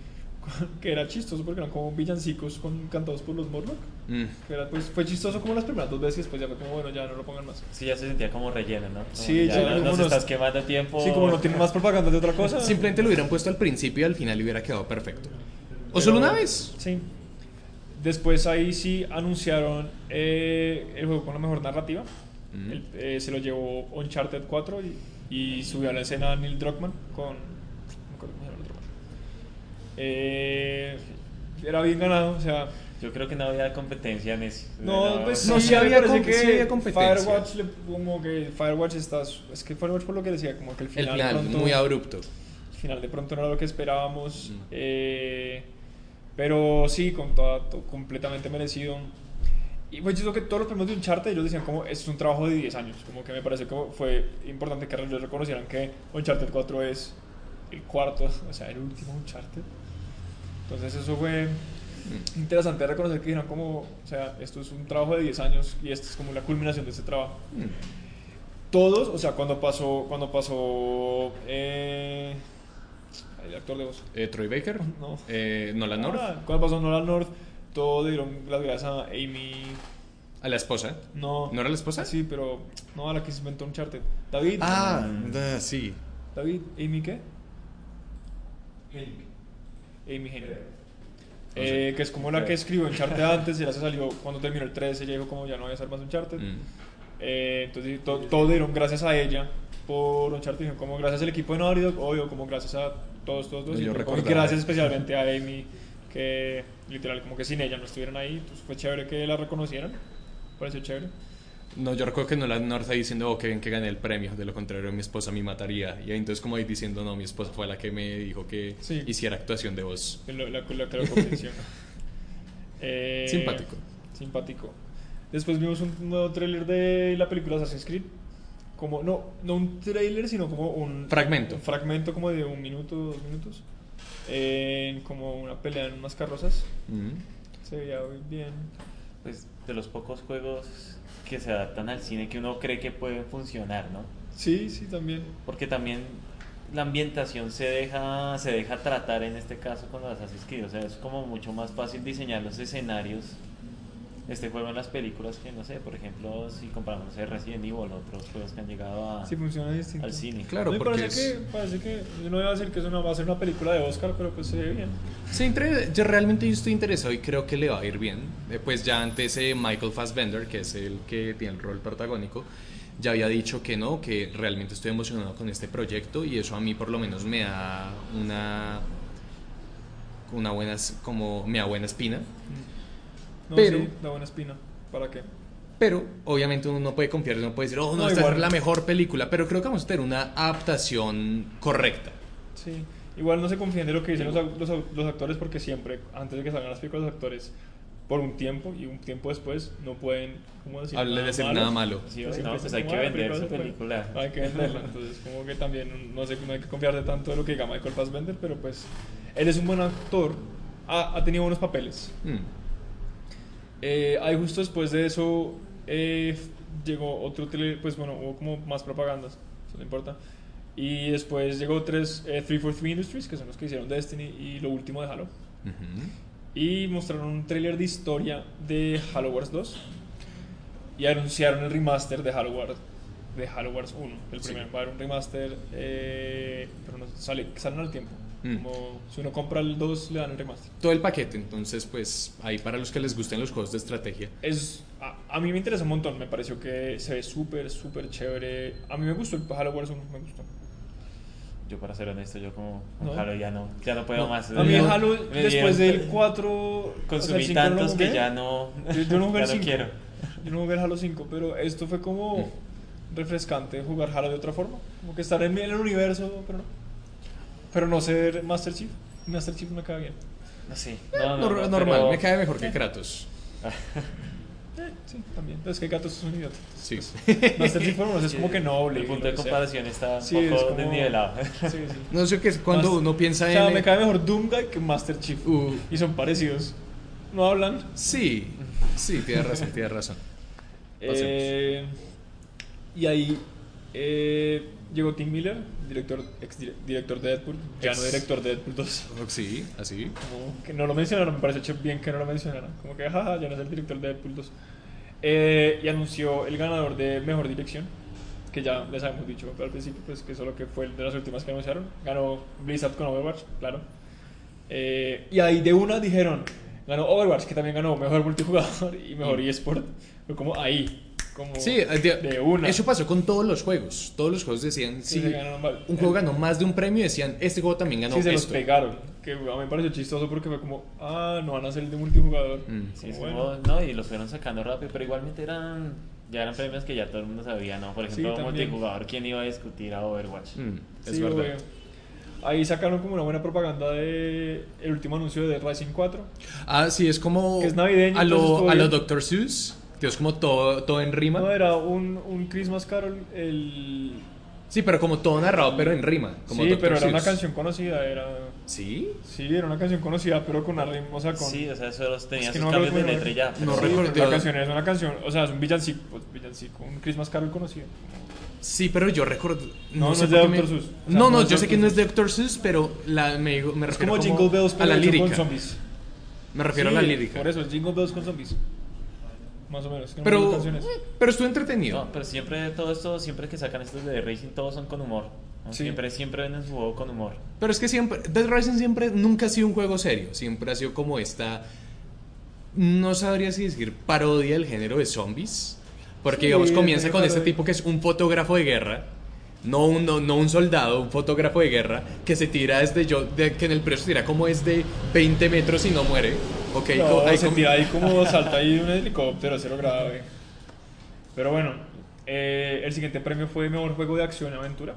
S1: [laughs] que era chistoso porque eran como villancicos con, cantados por los Morlock,
S4: Mm.
S1: que era, pues, fue chistoso como las primeras dos veces y después ya fue como, bueno, ya no lo pongan más.
S3: Sí, ya se sentía como relleno, ¿no? Como
S1: Sí,
S3: ya,
S1: ya,
S3: no-
S1: como
S3: nos
S1: nos-
S3: estás quemando tiempo.
S1: Sí, como no tienen más propaganda de otra cosa.
S4: Simplemente lo hubieran puesto al principio y al final hubiera quedado perfecto. O
S1: Pero-
S4: solo una vez.
S1: Sí. Después ahí sí anunciaron eh, el juego con la mejor narrativa.
S4: Mm.
S1: El- eh, se lo llevó Uncharted 4 y, y subió a la escena Neil Druckmann con... No me acuerdo cómo se llama el otro man. Eh, era bien ganado, o sea...
S3: Yo creo que no había competencia en ese.
S1: No, pues
S4: no,
S1: sí,
S4: sí había
S1: me parece
S4: com-
S1: que
S4: sí había competencia.
S1: Firewatch, le- como que Firewatch está... Es que Firewatch por lo que decía, como que el
S4: El
S1: final...
S4: final,
S1: pronto-
S4: muy abrupto.
S1: al final de pronto no era lo que esperábamos.
S4: Mm.
S1: eh, pero sí, con toda, to- completamente merecido. Y pues yo creo que todos los premios de Uncharted ellos decían como esto es un trabajo de 10 años. Como que me parece que fue importante que ellos reconocieran que Uncharted 4 es el cuarto, [laughs] o sea, el último Uncharted. Entonces eso fue interesante reconocer que dijeron como, o sea, esto es un trabajo de 10 años y esto es como la culminación de ese trabajo
S4: Mm.
S1: todos, o sea, cuando pasó, cuando pasó eh, el actor de voz.
S4: Eh, Troy Baker,
S1: Oh, No.
S4: eh, Nolan North,
S1: Ah, cuando pasó Nolan North, todos dieron las gracias a Amy.
S4: a la esposa.
S1: No.
S4: ¿No era la esposa?
S1: Sí, pero no a la que se inventó un charter. David.
S4: Ah, da- sí.
S1: David, Amy qué? Amy Hennig. Eh, que es como la que escribió Uncharted antes, y ya se salió cuando terminó el 3, ella dijo como ya no voy a hacer más Uncharted.
S4: Mm.
S1: Eh, entonces to- todos dieron gracias a ella por Uncharted, dijeron como gracias al equipo de Naughty Dog, obvio, como gracias a todos, todos, todos.
S4: Yo
S1: y como-
S4: recordaba.
S1: y gracias especialmente a Amy, que literal como que sin ella no estuvieran ahí, entonces fue chévere que la reconocieran, pareció chévere.
S4: No, yo recuerdo que Nolan North ahí diciendo, oh, qué bien que gané el premio, de lo contrario mi esposa me mataría. Y ahí entonces como ahí diciendo, no, mi esposa fue la que me dijo que
S1: Sí.
S4: hiciera actuación de voz.
S1: que lo- La, la que lo confecciona.
S4: [laughs]
S1: Eh,
S4: Simpático.
S1: Simpático. Después vimos un nuevo tráiler de la película Assassin's Creed. Como, no, no un tráiler, sino como un...
S4: Fragmento.
S1: un fragmento como de un minuto, dos minutos. En como una pelea en unas carrozas.
S4: Mm.
S1: Se veía muy bien.
S3: Pues de los pocos juegos que se adaptan al cine que uno cree que pueden funcionar, ¿no?
S1: Sí, sí, también.
S3: Porque también la ambientación se deja, se deja tratar en este caso con las Assassin's Creed. O sea, es como mucho más fácil diseñar los escenarios de este juego en las películas que, no sé, por ejemplo, si comparamos no sé, Resident Evil, otros juegos que han llegado a-
S1: Sí, funciona distinto.
S3: al cine.
S4: Claro,
S1: No, y
S4: porque
S1: parece,
S4: es-
S1: que, parece que, yo no iba a decir que es una, va a ser una película de Oscar, pero pues se ve bien.
S4: Sí, inter- yo realmente yo estoy interesado y creo que le va a ir bien. Eh, Pues ya antes eh, Michael Fassbender, que es el que tiene el rol protagónico, ya había dicho que no, que realmente estoy emocionado con este proyecto y eso a mí por lo menos me da una una buena es- como me da buena espina.
S1: No,
S4: Pero-
S1: sí, da buena espina. ¿Para qué?
S4: Pero obviamente uno no puede confiar, no puede decir, oh, no,
S1: No,
S4: esta
S1: igual.
S4: es la mejor película, pero creo que vamos a tener una adaptación correcta.
S1: Sí, igual no se confíen de lo que dicen los, au- los au- los actores porque siempre, antes de que salgan las películas, los actores, por un tiempo y un tiempo después, no pueden, ¿cómo decir?
S4: Hablar de decir nada malo.
S3: Sí, o
S1: Entonces,
S3: no,
S1: siempre
S3: pues
S1: dicen
S3: hay
S1: como,
S3: que
S1: "Ah, la
S3: vender su
S1: se puede".
S3: película.
S1: [laughs] Hay que venderla, entonces como que también, no sé, no hay que confiarse tanto de lo que diga Michael Fassbender, pero pues él es un buen actor, ha, ha tenido buenos papeles.
S4: Mm.
S1: Eh, ahí justo después de eso eh, llegó otro tele, pues bueno, hubo como más propagandas, eso no importa. Y después llegó tres, eh, 343 Industries, que son los que hicieron Destiny y lo último de Halo.
S4: Ujú.
S1: Y mostraron un tráiler de historia de Halo Wars 2 y anunciaron el remaster de Halo Wars, de Halo Wars 1, el
S4: Sí.
S1: primero. Va a haber un remaster, eh, pero no sale, salen al tiempo.
S4: Mm.
S1: Como si uno compra el 2, le dan el remaster.
S4: Todo el paquete, entonces pues ahí para los que les gusten los juegos de estrategia.
S1: Es, a, a mí me interesa un montón, me pareció que se ve súper, súper chévere. A mí me gustó el Halo Wars 1, me gustó.
S3: Yo para ser honesto, yo como con
S1: No.
S3: Halo ya no, ya no puedo
S4: No,
S3: más.
S1: A mí el
S3: Yo-
S1: Halo,
S3: me
S1: después
S3: dieron-
S1: del 4,
S3: consumí tantos que ya no,
S1: Yo, yo no jugué
S3: [laughs] ya
S1: el 5.
S3: quiero.
S1: Yo no jugué el Halo 5, pero esto fue como
S3: Mm.
S1: refrescante jugar Halo de otra forma. Como que estar en el universo, pero no. Pero no ser Master Chief. Master Chief me cae bien. [laughs]
S3: No sé.
S4: No,
S3: No, no, no,
S4: normal,
S3: pero-
S4: me cae mejor que Kratos.
S1: Eh, sí, también. Pero es que Gatos es un idiota.
S4: Sí.
S1: Master Chief por lo menos es como que noble.
S3: [laughs] El
S1: y
S3: punto
S1: lo
S3: de
S1: que sea.
S3: comparación está un
S1: Sí, es
S3: poco
S1: como-
S3: desnivelado.
S1: Sí, sí.
S4: [laughs] No sé qué es cuando
S1: Mas-
S4: uno piensa
S1: pues, O
S4: en.
S1: sea, me cae mejor Doomguy que Master Chief.
S4: Uh.
S1: Y son parecidos. No hablan.
S4: Sí, sí, tienes razón, tienes razón. Pasemos.
S1: Eh, y ahí Eh, llegó Tim Miller, director, ex dire- director de Deadpool, ya no
S2: Ex.
S1: director de Deadpool 2.
S2: Sí, así.
S1: Como que no lo mencionaron, me parece bien que no lo mencionaran. Como que, jaja, ya no es el director de Deadpool 2. Eh, y anunció el ganador de Mejor Dirección, que ya les habíamos dicho al principio, pues que solo que fue de las últimas que anunciaron. Ganó Blizzard con Overwatch, claro. Eh, y ahí de una dijeron, ganó Overwatch, que también ganó Mejor Multijugador y Mejor eSport. Fue como ahí, como
S4: Mm. Sí, eh, de,
S1: de, una.
S4: Eso pasó con todos los juegos. Todos los juegos decían,
S1: Sí,
S4: sí,
S1: se ganaron mal. Eh,
S4: un juego ganó más de un premio, decían, este juego también ganó
S1: sí, se los
S4: esto.
S1: pegaron. Que a mí me pareció chistoso porque fue como, ah, no van a ser el de multijugador.
S4: Mm.
S3: Sí,
S1: Como,
S3: sí,
S1: bueno.
S3: no, no, y los fueron sacando rápido, pero igualmente eran ya eran premios que ya todo el mundo sabía, ¿no? Por
S1: Sí,
S3: ejemplo,
S1: también.
S3: multijugador, ¿quién iba a discutir a Overwatch?
S4: Mm, es
S1: Sí,
S4: verdad.
S1: obvio. Ahí sacaron como una buena propaganda de el último anuncio de Rising 4.
S4: Ah, sí, es como
S1: Que es navideño,
S4: a
S1: entonces
S4: lo,
S1: estuvo
S4: a lo
S1: bien.
S4: Dr. Seuss, que es como todo, todo en rima.
S1: No era un, un Christmas Carol, el...
S4: Sí, pero como todo narrado, pero en rima. Como
S1: sí,
S4: Dr.
S1: pero era una
S4: Seuss.
S1: canción conocida, era...
S4: Sí,
S1: Sí, era una canción conocida, pero con una rim- o sea, con...
S3: Sí, o sea, solo tenía
S1: Es que
S3: sus
S1: no
S3: cambios de
S1: recuerdo.
S3: letra y ya.
S1: Sí,
S3: pero
S4: No
S1: pero
S4: recuerdo.
S1: La canción es una canción, o sea, es un villancico, pues, villancico, un Christmas Carol conocido.
S4: sí, pero yo recuerdo.
S1: No, no
S4: sé
S1: es de
S4: por qué
S1: Dr. Seuss. O sea,
S4: no,
S1: no
S4: no,
S1: es
S4: yo
S1: Dr.
S4: sé que no es de Dr. Seuss, pero la, me, digo- me
S1: Es
S4: refiero
S1: como, Jingle Bells,
S4: a
S1: pero
S4: la
S1: hecho con
S4: lírica.
S1: zombies.
S4: Me refiero a la
S1: Sí,
S4: lírica.
S1: Por eso, es Jingle Bells con zombies. Más o menos. que no me
S4: Pero,
S1: acuerdo canciones.
S4: pero estuvo entretenido.
S3: No, pero siempre todo esto, siempre que sacan estos de Racing, todos son con humor. ¿no?
S1: Sí.
S3: Siempre, siempre venden su juego con humor.
S4: Pero es que siempre, Dead Rising siempre nunca ha sido un juego serio. Siempre ha sido como esta. No sabría si decir parodia del género de zombies. Porque,
S1: Sí,
S4: digamos, comienza
S1: medio
S4: con este
S1: parodia.
S4: tipo que es un fotógrafo de guerra. No un, no, no un soldado, un fotógrafo de guerra que se tira desde yo, de- que en el precio se tira como desde 20 metros y no muere. Ok,
S1: No,
S4: co- ahí
S1: se
S4: com-
S1: tira ahí
S4: [laughs]
S1: como salta ahí de un helicóptero, cero grave. Pero bueno, eh, el siguiente premio fue Mejor Juego de Acción y Aventura.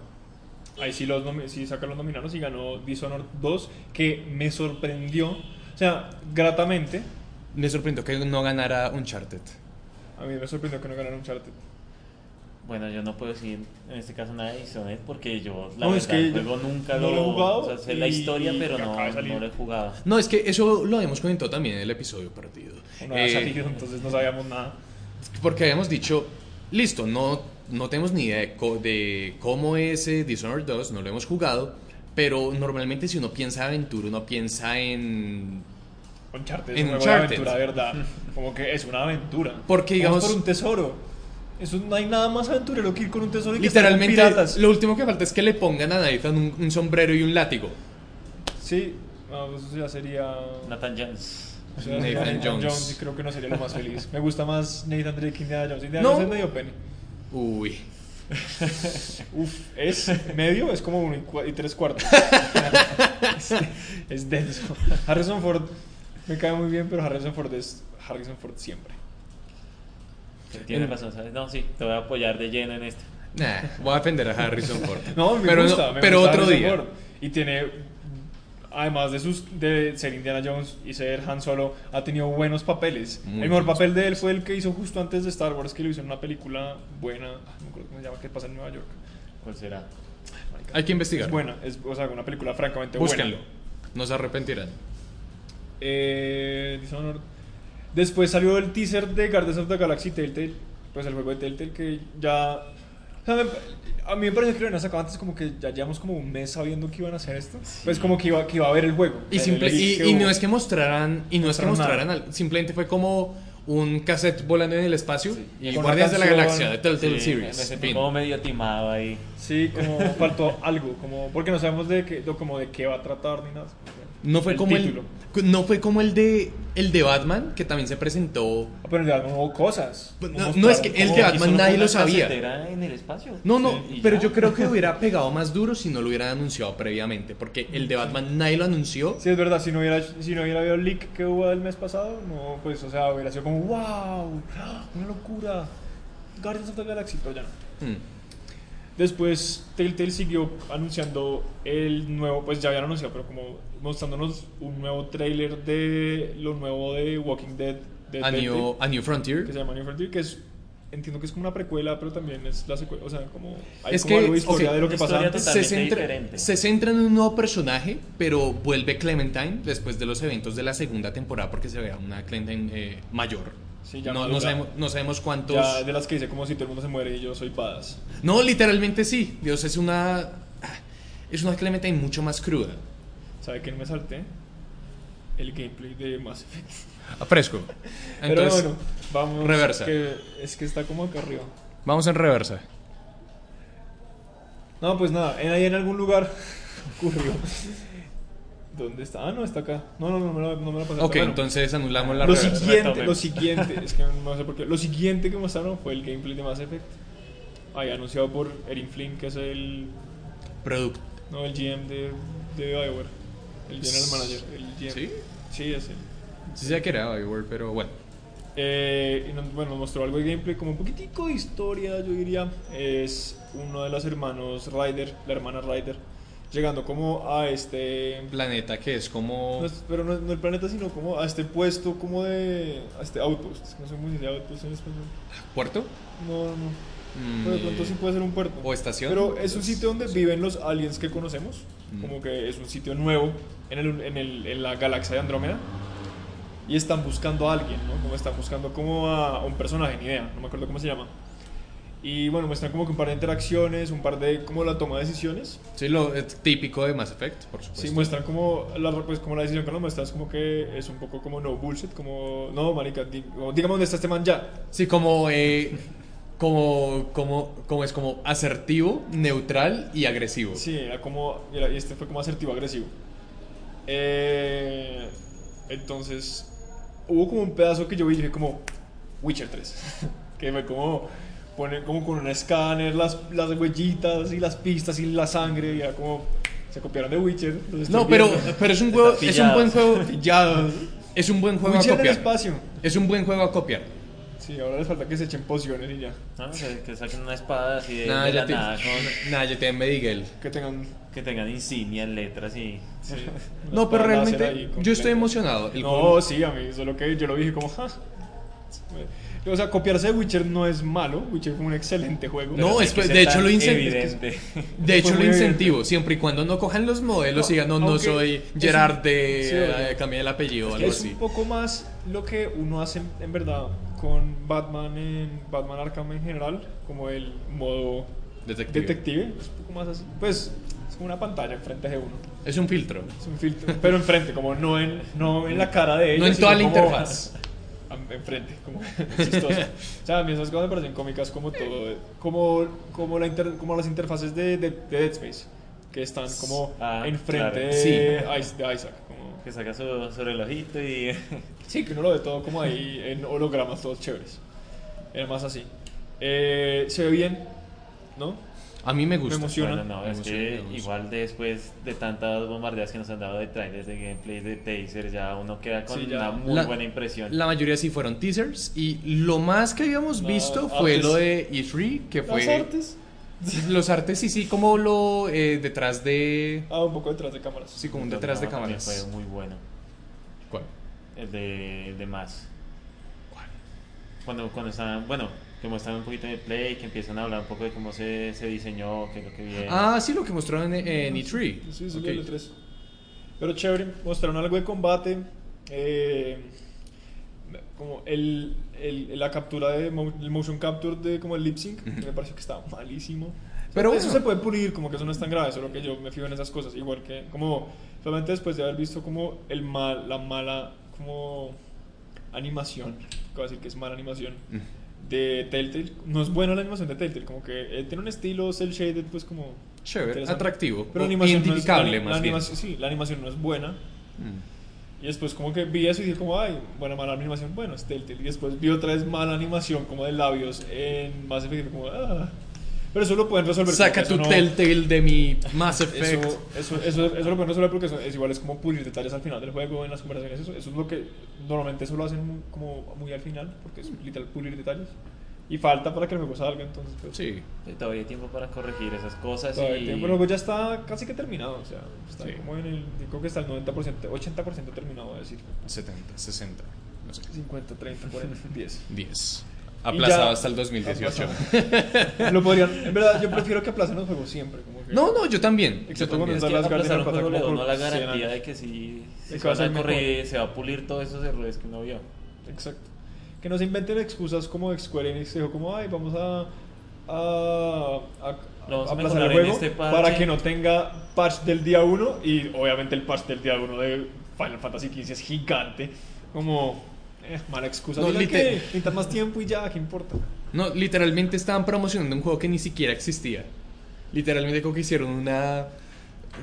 S1: Ahí sí, los nomi- sí sacan los nominados y ganó Dishonored 2, que me sorprendió. O sea, gratamente,
S4: Me sorprendió que no ganara Uncharted.
S1: a mí me sorprendió que no ganara Uncharted.
S3: Bueno, yo no puedo decir en este caso nada de Dishonored porque yo, la
S1: No,
S3: verdad,
S1: es
S3: el
S1: que yo
S3: juego nunca
S1: no
S3: lo,
S1: lo he jugado
S3: O sea, sé la
S1: y-
S3: historia,
S1: y
S3: pero
S1: acaba de
S3: no,
S1: salir.
S3: no lo he jugado.
S4: No, es que eso lo habíamos comentado también en el episodio perdido.
S1: No había
S4: Eh,
S1: salido, entonces no sabíamos nada.
S4: Porque habíamos dicho, listo, no, no tenemos ni idea de, co- de cómo es eh, Dishonored 2, no lo hemos jugado, pero normalmente si uno piensa en aventura, uno piensa en...
S1: Uncharted es
S4: En
S1: un juego
S4: Uncharted.
S1: de aventura, de
S4: [laughs]
S1: ¿verdad? Como que es una aventura.
S4: Porque,
S1: Vamos
S4: digamos-
S1: por un tesoro. Eso, no hay nada más aventurero que ir con un tesoro y que estar con
S4: Literalmente,
S1: piratas.
S4: lo último que falta es que le pongan a Nathan un, un sombrero y un látigo.
S1: Sí, no, pues eso ya sería.
S3: Nathan
S4: [laughs]
S3: Jones.
S1: o sea,
S4: Nathan
S1: sería
S4: Jones.
S1: y creo que no sería lo más feliz. Me gusta más Nathan Drake que Indiana Jones. Indiana
S4: No.
S1: Jones es medio pene.
S4: Uy.
S1: Uf, es medio, es como uno y, cua- y tres cuartos. es, es denso. Harrison Ford me cae muy bien, pero Harrison Ford es Harrison Ford siempre.
S3: Tiene
S4: En-
S3: razón, ¿sabes? No, sí, te voy a apoyar de lleno en esto.
S4: Nah, voy a defender a Harrison Ford.
S1: [laughs] No, me
S4: pero
S1: gusta.
S4: no-
S1: me
S4: pero
S1: gusta
S4: otro
S1: Harrison
S4: día.
S1: Ford. Y tiene, además de, sus, de ser Indiana Jones y ser Han Solo, ha tenido buenos papeles.
S4: Muy
S1: el mejor
S4: buenos
S1: papel de él fue el que hizo justo antes de Star Wars, que lo hizo en una película buena. ah, No me acuerdo cómo se llama, que pasa en Nueva York.
S3: ¿Cuál será?
S4: Hay que investigar.
S1: Es buena, es, o sea, una película francamente
S4: Búsquenlo.
S1: buena.
S4: No se arrepentirán.
S1: Eh, Dishonored. Después salió el teaser de Guardians of the Galaxy Telltale, pues el juego de Telltale que ya... o sea, me- a mí me parece que lo habían sacado antes como que ya llevamos como un mes sabiendo que iban a hacer esto. Pues como que iba, que iba a haber el juego.
S4: Y,
S1: El
S4: simple-
S1: leak
S4: y, y
S1: hubo.
S4: no es que mostraran, y no es que
S1: Mostraron
S4: mostraran, al- simplemente fue como un cassette volando en el espacio y
S1: Con
S4: Guardias
S1: la
S4: de la
S1: canción,
S4: Galaxia de Telltale
S3: Sí, Me
S4: Series.
S3: sentí
S4: Fin.
S3: como medio timado ahí.
S1: Sí, como faltó algo, como porque no sabemos de qué, de- como de qué va a tratar ni nada.
S4: No fue
S1: el
S4: como
S1: título.
S4: el no fue como el de el de Batman que también se presentó.
S1: Ah, Pero en realidad no hubo cosas.
S4: Pues
S1: No
S4: no- no
S1: mostraron
S4: es que el
S1: cómo-
S4: de
S3: Aquí
S4: Batman
S3: solo fue
S4: nadie
S3: una
S4: lo sabía.
S3: casetera en el espacio.
S4: No, no,
S3: Sí, y
S4: pero
S3: ya.
S1: [laughs]
S4: yo creo que hubiera pegado más duro si no lo hubieran anunciado previamente, porque el de Batman nadie lo anunció.
S1: Sí, es verdad, si no hubiera, si no hubiera habido el leak que hubo el mes pasado, no, pues, o sea, hubiera sido como, wow, una locura, Guardians of the Galaxy, pero ya no.
S4: Mm.
S1: Después, Telltale siguió anunciando el nuevo, pues ya habían anunciado, pero como mostrándonos un nuevo tráiler de lo nuevo de Walking Dead. De
S4: A New,
S1: Telltale,
S4: a New
S1: que
S4: Frontier.
S1: se llama New Frontier, que es, entiendo que es como una precuela, pero también es la secuela, o sea, como hay
S4: Es
S1: como
S4: que-
S1: algo de historia
S4: ok,
S1: de lo que
S3: historia
S1: pasa antes.
S4: Se
S3: Totalmente
S4: centra,
S3: diferente.
S4: se centra en un nuevo personaje, pero vuelve Clementine después de los eventos de la segunda temporada porque se vea una Clementine eh, mayor.
S1: Sí, ya
S4: No, no
S1: madura.
S4: sabemos, no sabemos cuántos...
S1: Ya de las que dice como si todo el mundo se muere y yo soy paz.
S4: No, literalmente sí. Dios es una... ah, Es una Clementine mucho más cruda.
S1: ¿Sabe qué me salté? El gameplay de Mass
S4: [laughs]
S1: Effect.
S4: A Ah, fresco.
S1: Pero
S4: Entonces,
S1: bueno, vamos.
S4: reversa.
S1: que- es que está como acá arriba.
S4: vamos en reversa.
S1: No, pues nada, en, ahí en algún lugar [laughs] ocurrió. ¿Dónde está? Ah, no, está acá. No, no, no, me lo, no me lo pasé.
S4: Ok,
S1: Bueno,
S4: entonces anulamos la
S1: Lo
S4: reversa.
S1: siguiente,
S3: retomemos.
S1: lo siguiente, es que no sé por qué. Lo siguiente que mostraron fue el gameplay de Mass Effect. Ahí anunciado por Erin Flynn, que es el.
S4: Product-
S1: No, el GM de, de BioWare. El General Manager. El GM.
S4: ¿Sí?
S1: Sí, es él.
S4: Sí, ya que era Bioware, pero bueno.
S1: Eh, y nos- bueno, nos mostró algo de gameplay, como un poquitico de historia, yo diría. Es uno de los hermanos Ryder, la hermana Ryder, llegando como a este...
S4: Planeta que es como.
S1: no es- pero no, no el planeta, sino como a este puesto, como de... A este outpost. No sé cómo se dice outpost en español.
S4: ¿Puerto?
S1: No, no, no.
S4: Mm,
S1: Pero de pronto sí puede ser un puerto.
S4: o estación.
S1: Pero es un sitio donde viven los aliens que conocemos.
S4: Mm.
S1: Como que es un sitio nuevo en, el- en el- en la galaxia de Andrómeda. Y están buscando a alguien, ¿no? Como están buscando como a un personaje, ni idea. No me acuerdo cómo se llama. Y bueno, muestran como que un par de interacciones, un par de como la toma de decisiones.
S4: Sí, lo es típico de Mass Effect, por supuesto.
S1: Sí, muestran como la, pues, como la decisión que nos muestran es como que es un poco como no bullshit, como no, marica, di- o dígame dónde está este man ya.
S4: Sí, como. eh, como, como, como es como asertivo, neutral y agresivo.
S1: Sí, era como. era- y este fue como asertivo, agresivo. Eh, entonces, hubo como un pedazo que yo vi y dije como Witcher 3. [laughs] que fue como poner como con un escáner las, las huellitas y las pistas y la sangre. Y era como. Se copiaron de Witcher. los estoy
S4: No, pero,
S1: viendo.
S4: pero es un juego,
S3: Está
S4: es un buen
S3: pillado.
S4: juego.
S1: Pillados.
S4: Es un buen juego
S1: Witcher
S4: a
S1: en el
S4: copiar.
S1: espacio.
S4: Es un buen juego a copiar.
S1: Sí, ahora les falta que se echen pociones y ya.
S3: No, Ah, que, que saquen una espada así de,
S4: Nah,
S3: Eh, de
S4: ya
S3: la
S4: te-
S3: nada, con-
S4: Nah, yo te Miguel.
S1: Que tengan.
S3: que tengan insignias, letras y...
S1: sí,
S4: [laughs] No, pero
S1: una láser
S4: realmente
S1: ahí
S4: yo estoy
S1: completa.
S4: emocionado. El
S1: no,
S4: juego-
S1: sí, a mí, solo que yo lo dije como, "Ja". O sea, copiarse de Witcher no es malo. Witcher fue un excelente juego.
S4: No,
S3: Pero
S4: es
S3: tiene
S4: que-
S3: ser
S4: de hecho
S3: tan
S4: lo incent-
S3: evidente. [laughs]
S4: De hecho,
S1: Fue
S4: lo
S1: muy
S4: incentivo, siempre y cuando no cojan los modelos
S1: No,
S4: y digan, no, no
S1: aunque
S4: soy
S1: es
S4: Gerard
S1: un-
S4: de.
S1: sí, obvio.
S4: eh, cambié el apellido o algo
S1: es
S4: así.
S1: un poco más lo que uno hace en, en verdad con Batman en Batman Arkham en general, como el modo
S4: Detective.
S1: detective, es un poco más así. Pues es como una pantalla enfrente de uno,
S4: Es un filtro.
S1: es un filtro, pero enfrente, como no en no en la cara de
S4: No
S1: ellos,
S4: en
S1: sino
S4: toda la
S1: como
S4: interfaz.
S1: [laughs] am- enfrente, como [laughs] chistoso. O sea, a mí esas cosas me parecen cómicas como todo, eh, como como la inter- como las interfaces de, de- de Dead Space que están como
S3: Ah,
S1: enfrente
S3: claro.
S1: de, Is- de Isaac, como
S3: Que saca su, su relojito y... [laughs]
S1: Sí, que uno lo ve todo como ahí en hologramas, todos chéveres. Era más así. Eh, se ve bien, ¿no?
S4: A mí me gusta.
S1: Me emociona.
S3: Bueno, no,
S4: Me
S3: es
S4: emociona, me
S3: que
S4: gusta.
S3: igual después de tantas bombardeas que nos han dado de trailers, de gameplays, de tasers, ya uno queda con
S1: Sí, ya.
S3: una muy
S4: La-
S3: buena impresión.
S4: La mayoría sí fueron teasers. Y lo más que habíamos
S1: No,
S4: visto fue
S1: artes.
S4: lo de E3, que fue.
S1: Las artes.
S4: Los artes, sí, sí, como lo eh, detrás de.
S1: Ah, un poco detrás de cámaras.
S4: Sí, como un detrás de
S3: No, también
S4: cámaras.
S3: Fue muy bueno.
S4: ¿Cuál?
S3: El eh, de, el de más. Cuando, cuando están, bueno, que muestran un poquito de play, que empiezan a hablar un poco de cómo se, se diseñó, qué es lo que viene.
S4: Ah, sí, lo que mostraron en, en E3.
S1: Sí, sí,
S4: Ok.
S1: el 3. Pero chévere, mostraron algo de combate. eh, como el, el- la captura de mo- el motion capture de como el lip sync, que me pareció que estaba malísimo.
S4: Pero
S1: Pero eso
S4: bueno.
S1: se puede pulir, como que eso no es tan grave, solo que yo me fijo en esas cosas. Igual que, como, solamente después de haber visto como el mal, la mala, como, animación, que voy a decir que es mala animación,
S4: Mm.
S1: de Telltale. No es buena la animación de Telltale, como que eh, tiene un estilo cel shaded, pues como...
S4: Chévere,
S1: interesante.
S4: atractivo,
S1: Pero la
S4: o
S1: animación no es- la ani-
S4: identificable,
S1: la
S4: más bien.
S1: animación- Sí, la animación no es buena.
S4: Mm.
S1: Y después como que vi eso y dije como, ay, buena, mala animación, bueno, es Telltale. Y después vi otra vez mala animación como de labios en Mass Effect y como, ah. Pero eso lo pueden resolver.
S4: Saca
S1: porque
S4: tu
S1: eso no-
S4: Telltale de mi Mass Effect.
S1: Eso, eso, eso, eso lo pueden resolver porque eso es igual, es como pulir detalles al final del juego, en las conversaciones, eso, eso es lo que normalmente eso lo hacen muy- como muy al final, porque es literal pulir detalles. Y falta para que el juego salga, entonces pues...
S4: Sí.
S3: Y Todavía hay tiempo para corregir esas cosas.
S1: Todavía hay
S3: y...
S1: tiempo. Pero el juego ya está casi que terminado, o sea, está
S4: Sí.
S1: como en el, yo creo que está el 90%, 80% terminado, voy a decir,
S4: 70, 60, no sé.
S1: 50, 30,
S4: [laughs]
S1: 40, 10.
S4: 10.
S1: Y
S4: Aplazado
S1: ya-
S4: hasta el 2018.
S1: Aplazado. [laughs] Lo podrían. En verdad, yo prefiero que aplacen los juegos siempre. Como que
S4: [laughs] No, no, yo también. Yo
S1: Excepto
S4: también.
S1: cuando
S3: Es que
S1: las ganas de
S3: aplazar un
S1: plata
S3: juego le da
S1: como
S3: uno la
S1: por 100
S3: garantía
S1: años.
S3: de que si, si
S1: Es
S3: se
S1: que va a
S3: van a
S1: ser
S3: corregir, se va a pulir todos esos errores que uno vio.
S1: Exacto. que no se inventen excusas como Square Enix dijo como, ay, vamos a... A, a,
S3: Lo vamos a
S1: aplazar el
S3: mejorar en
S1: juego
S3: este parche.
S1: para que no tenga patch del día 1 y obviamente el patch del día 1 de Final Fantasy XV es gigante como eh, mala excusa
S4: No,
S1: Digan
S4: lite-
S1: que necesitan más tiempo y ya qué importa
S4: No, literalmente estaban promocionando un juego que ni siquiera existía. Literalmente como que hicieron una...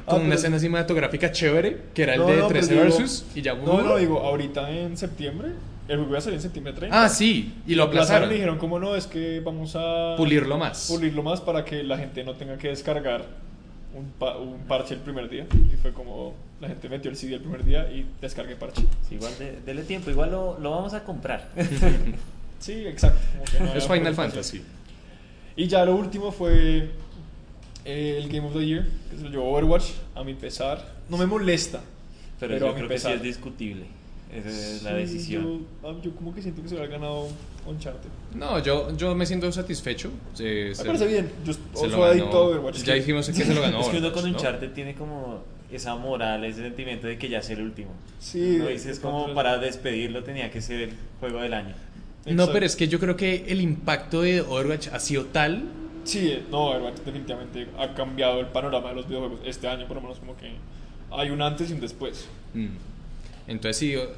S4: Como una
S1: Ah, pero-
S4: escena cinematográfica chévere, que era el
S1: No,
S4: de
S1: no, pero
S4: 13
S1: digo-
S4: versus, y ya
S1: no no digo ahorita en septiembre el juego iba a salir en septiembre 30
S4: Ah, sí, y lo aplazaron.
S1: y dijeron como no es que vamos a
S4: Pulirlo más.
S1: pulirlo más para que la gente no tenga que descargar un, pa- un parche el primer día. Y fue como la gente metió el CD el primer día y descargué parche.
S3: Sí, igual de- dele tiempo, igual lo, lo vamos a comprar. [laughs]
S1: Sí, exacto. como que no
S4: Es
S1: había preocupación.
S4: Final Fantasy.
S1: Y ya lo último fue eh, el Game of the Year, que se lo llevó Overwatch, a mi pesar. No me molesta.
S3: Pero,
S1: Pero a
S3: yo
S1: mi
S3: creo
S1: pesar.
S3: que sí es discutible. Esa es la
S1: Sí,
S3: decisión.
S1: Yo, ah, yo como que siento que se lo ha ganado Uncharted.
S4: No, yo, yo me siento satisfecho. Se-
S1: Me
S4: se-
S1: parece bien. Yo
S4: se
S1: soy
S4: lo
S1: adicto
S4: ganó.
S1: a Overwatch.
S4: Ya dijimos que
S1: [laughs]
S4: se lo ganó.
S3: es que uno con
S4: Overwatch, ¿no?
S3: un charter tiene como esa moral, ese sentimiento de que ya es el último.
S1: Sí,
S3: Lo dices como
S1: entonces-
S3: para despedirlo, tenía que ser el juego del año.
S4: No,
S1: Exacto.
S4: pero es que yo creo que el impacto de Overwatch ha sido tal.
S1: Sí, eh, no, Overwatch definitivamente ha cambiado el panorama de los videojuegos este año, por lo menos como que hay un antes y un después.
S4: Mm. Entonces, sí, yo-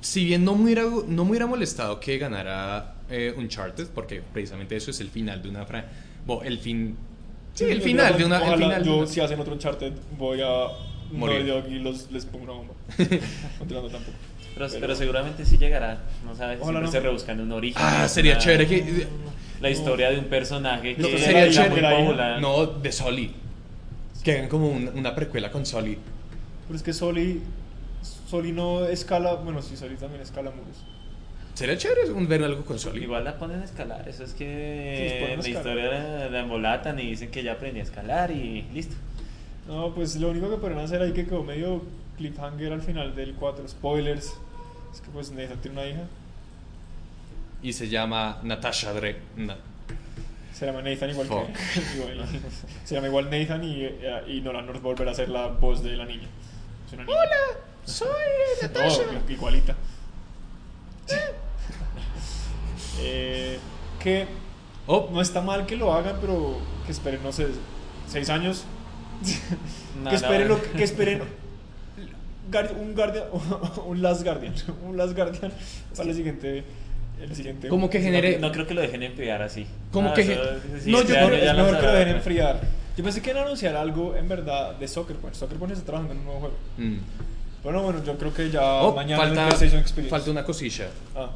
S4: si bien no me hubiera, no me hubiera molestado que ganara eh, Uncharted, porque precisamente eso es el final de una. fra- Bueno, el fin. Sí, el
S1: yo
S4: final
S1: creo-
S4: de una. El
S1: ojalá
S4: final de
S1: yo
S4: una-
S1: si hacen otro Uncharted voy a
S4: Morir.
S1: No, yo aquí los, les pongo una bomba. no tirando tampoco.
S3: Pero, pero, seguramente sí llegará. No sabes,
S1: Ojalá
S3: siempre
S1: no.
S3: se rebuscan un origen.
S4: Ah, sería
S3: una-
S4: chévere que.
S3: La historia de un personaje que
S4: No,
S1: era
S4: sería
S1: la-
S4: chévere.
S1: era
S3: muy popular.
S4: No, de Solid. Que hagan como un- una precuela con Solid.
S1: Pero es que Soli, Soli no escala, bueno, sí, Soli también escala muros.
S4: Sería chévere un- ver algo con Solid.
S3: Igual la ponen a escalar, eso es
S1: Sí,
S3: que
S1: ponen a
S3: la
S1: escalar.
S3: historia la, la embolatan y dicen que ya aprendí a escalar y listo.
S1: No, pues lo único que pueden hacer ahí que quedó medio cliffhanger al final del 4, spoilers. Es que pues Nathan tiene una hija.
S4: Y se llama Natasha Dre. Na-
S1: Se llama Nathan igual
S4: Fuck.
S1: que. [laughs] igual- se llama igual Nathan y, eh, y Nolan North volverá a ser la voz de la niña. Es una niña.
S4: Soy
S1: No, igualita. [laughs] Eh, que
S4: Oh,
S1: no está mal que lo hagan, pero que esperen, no sé, seis años.
S3: No,
S1: que
S3: no,
S1: esperen,
S3: [laughs] no.
S1: lo que, que
S4: [laughs]
S1: esperen Guardi- un Guardian, [laughs] un Last Guardian, un Last Guardian para el siguiente. El siguiente
S4: como que genere.
S3: No, no creo que lo dejen enfriar así.
S4: Como
S3: Ah,
S4: que-
S3: eso- sí,
S4: no, yo
S3: este
S4: creo
S1: Claro,
S3: año
S4: que
S1: es
S3: ya
S1: mejor que lo
S3: lanzarán.
S1: dejen enfriar. Yo pensé que iban a anunciar algo en verdad de Soccer Punch. Soccer Punch está trabajando en un nuevo juego.
S4: Mm.
S1: Bueno, bueno, yo creo que ya
S4: Oh,
S1: Ah, mañana en el
S4: falta,
S1: PlayStation Experience.
S4: falta una cosilla.
S1: Ah.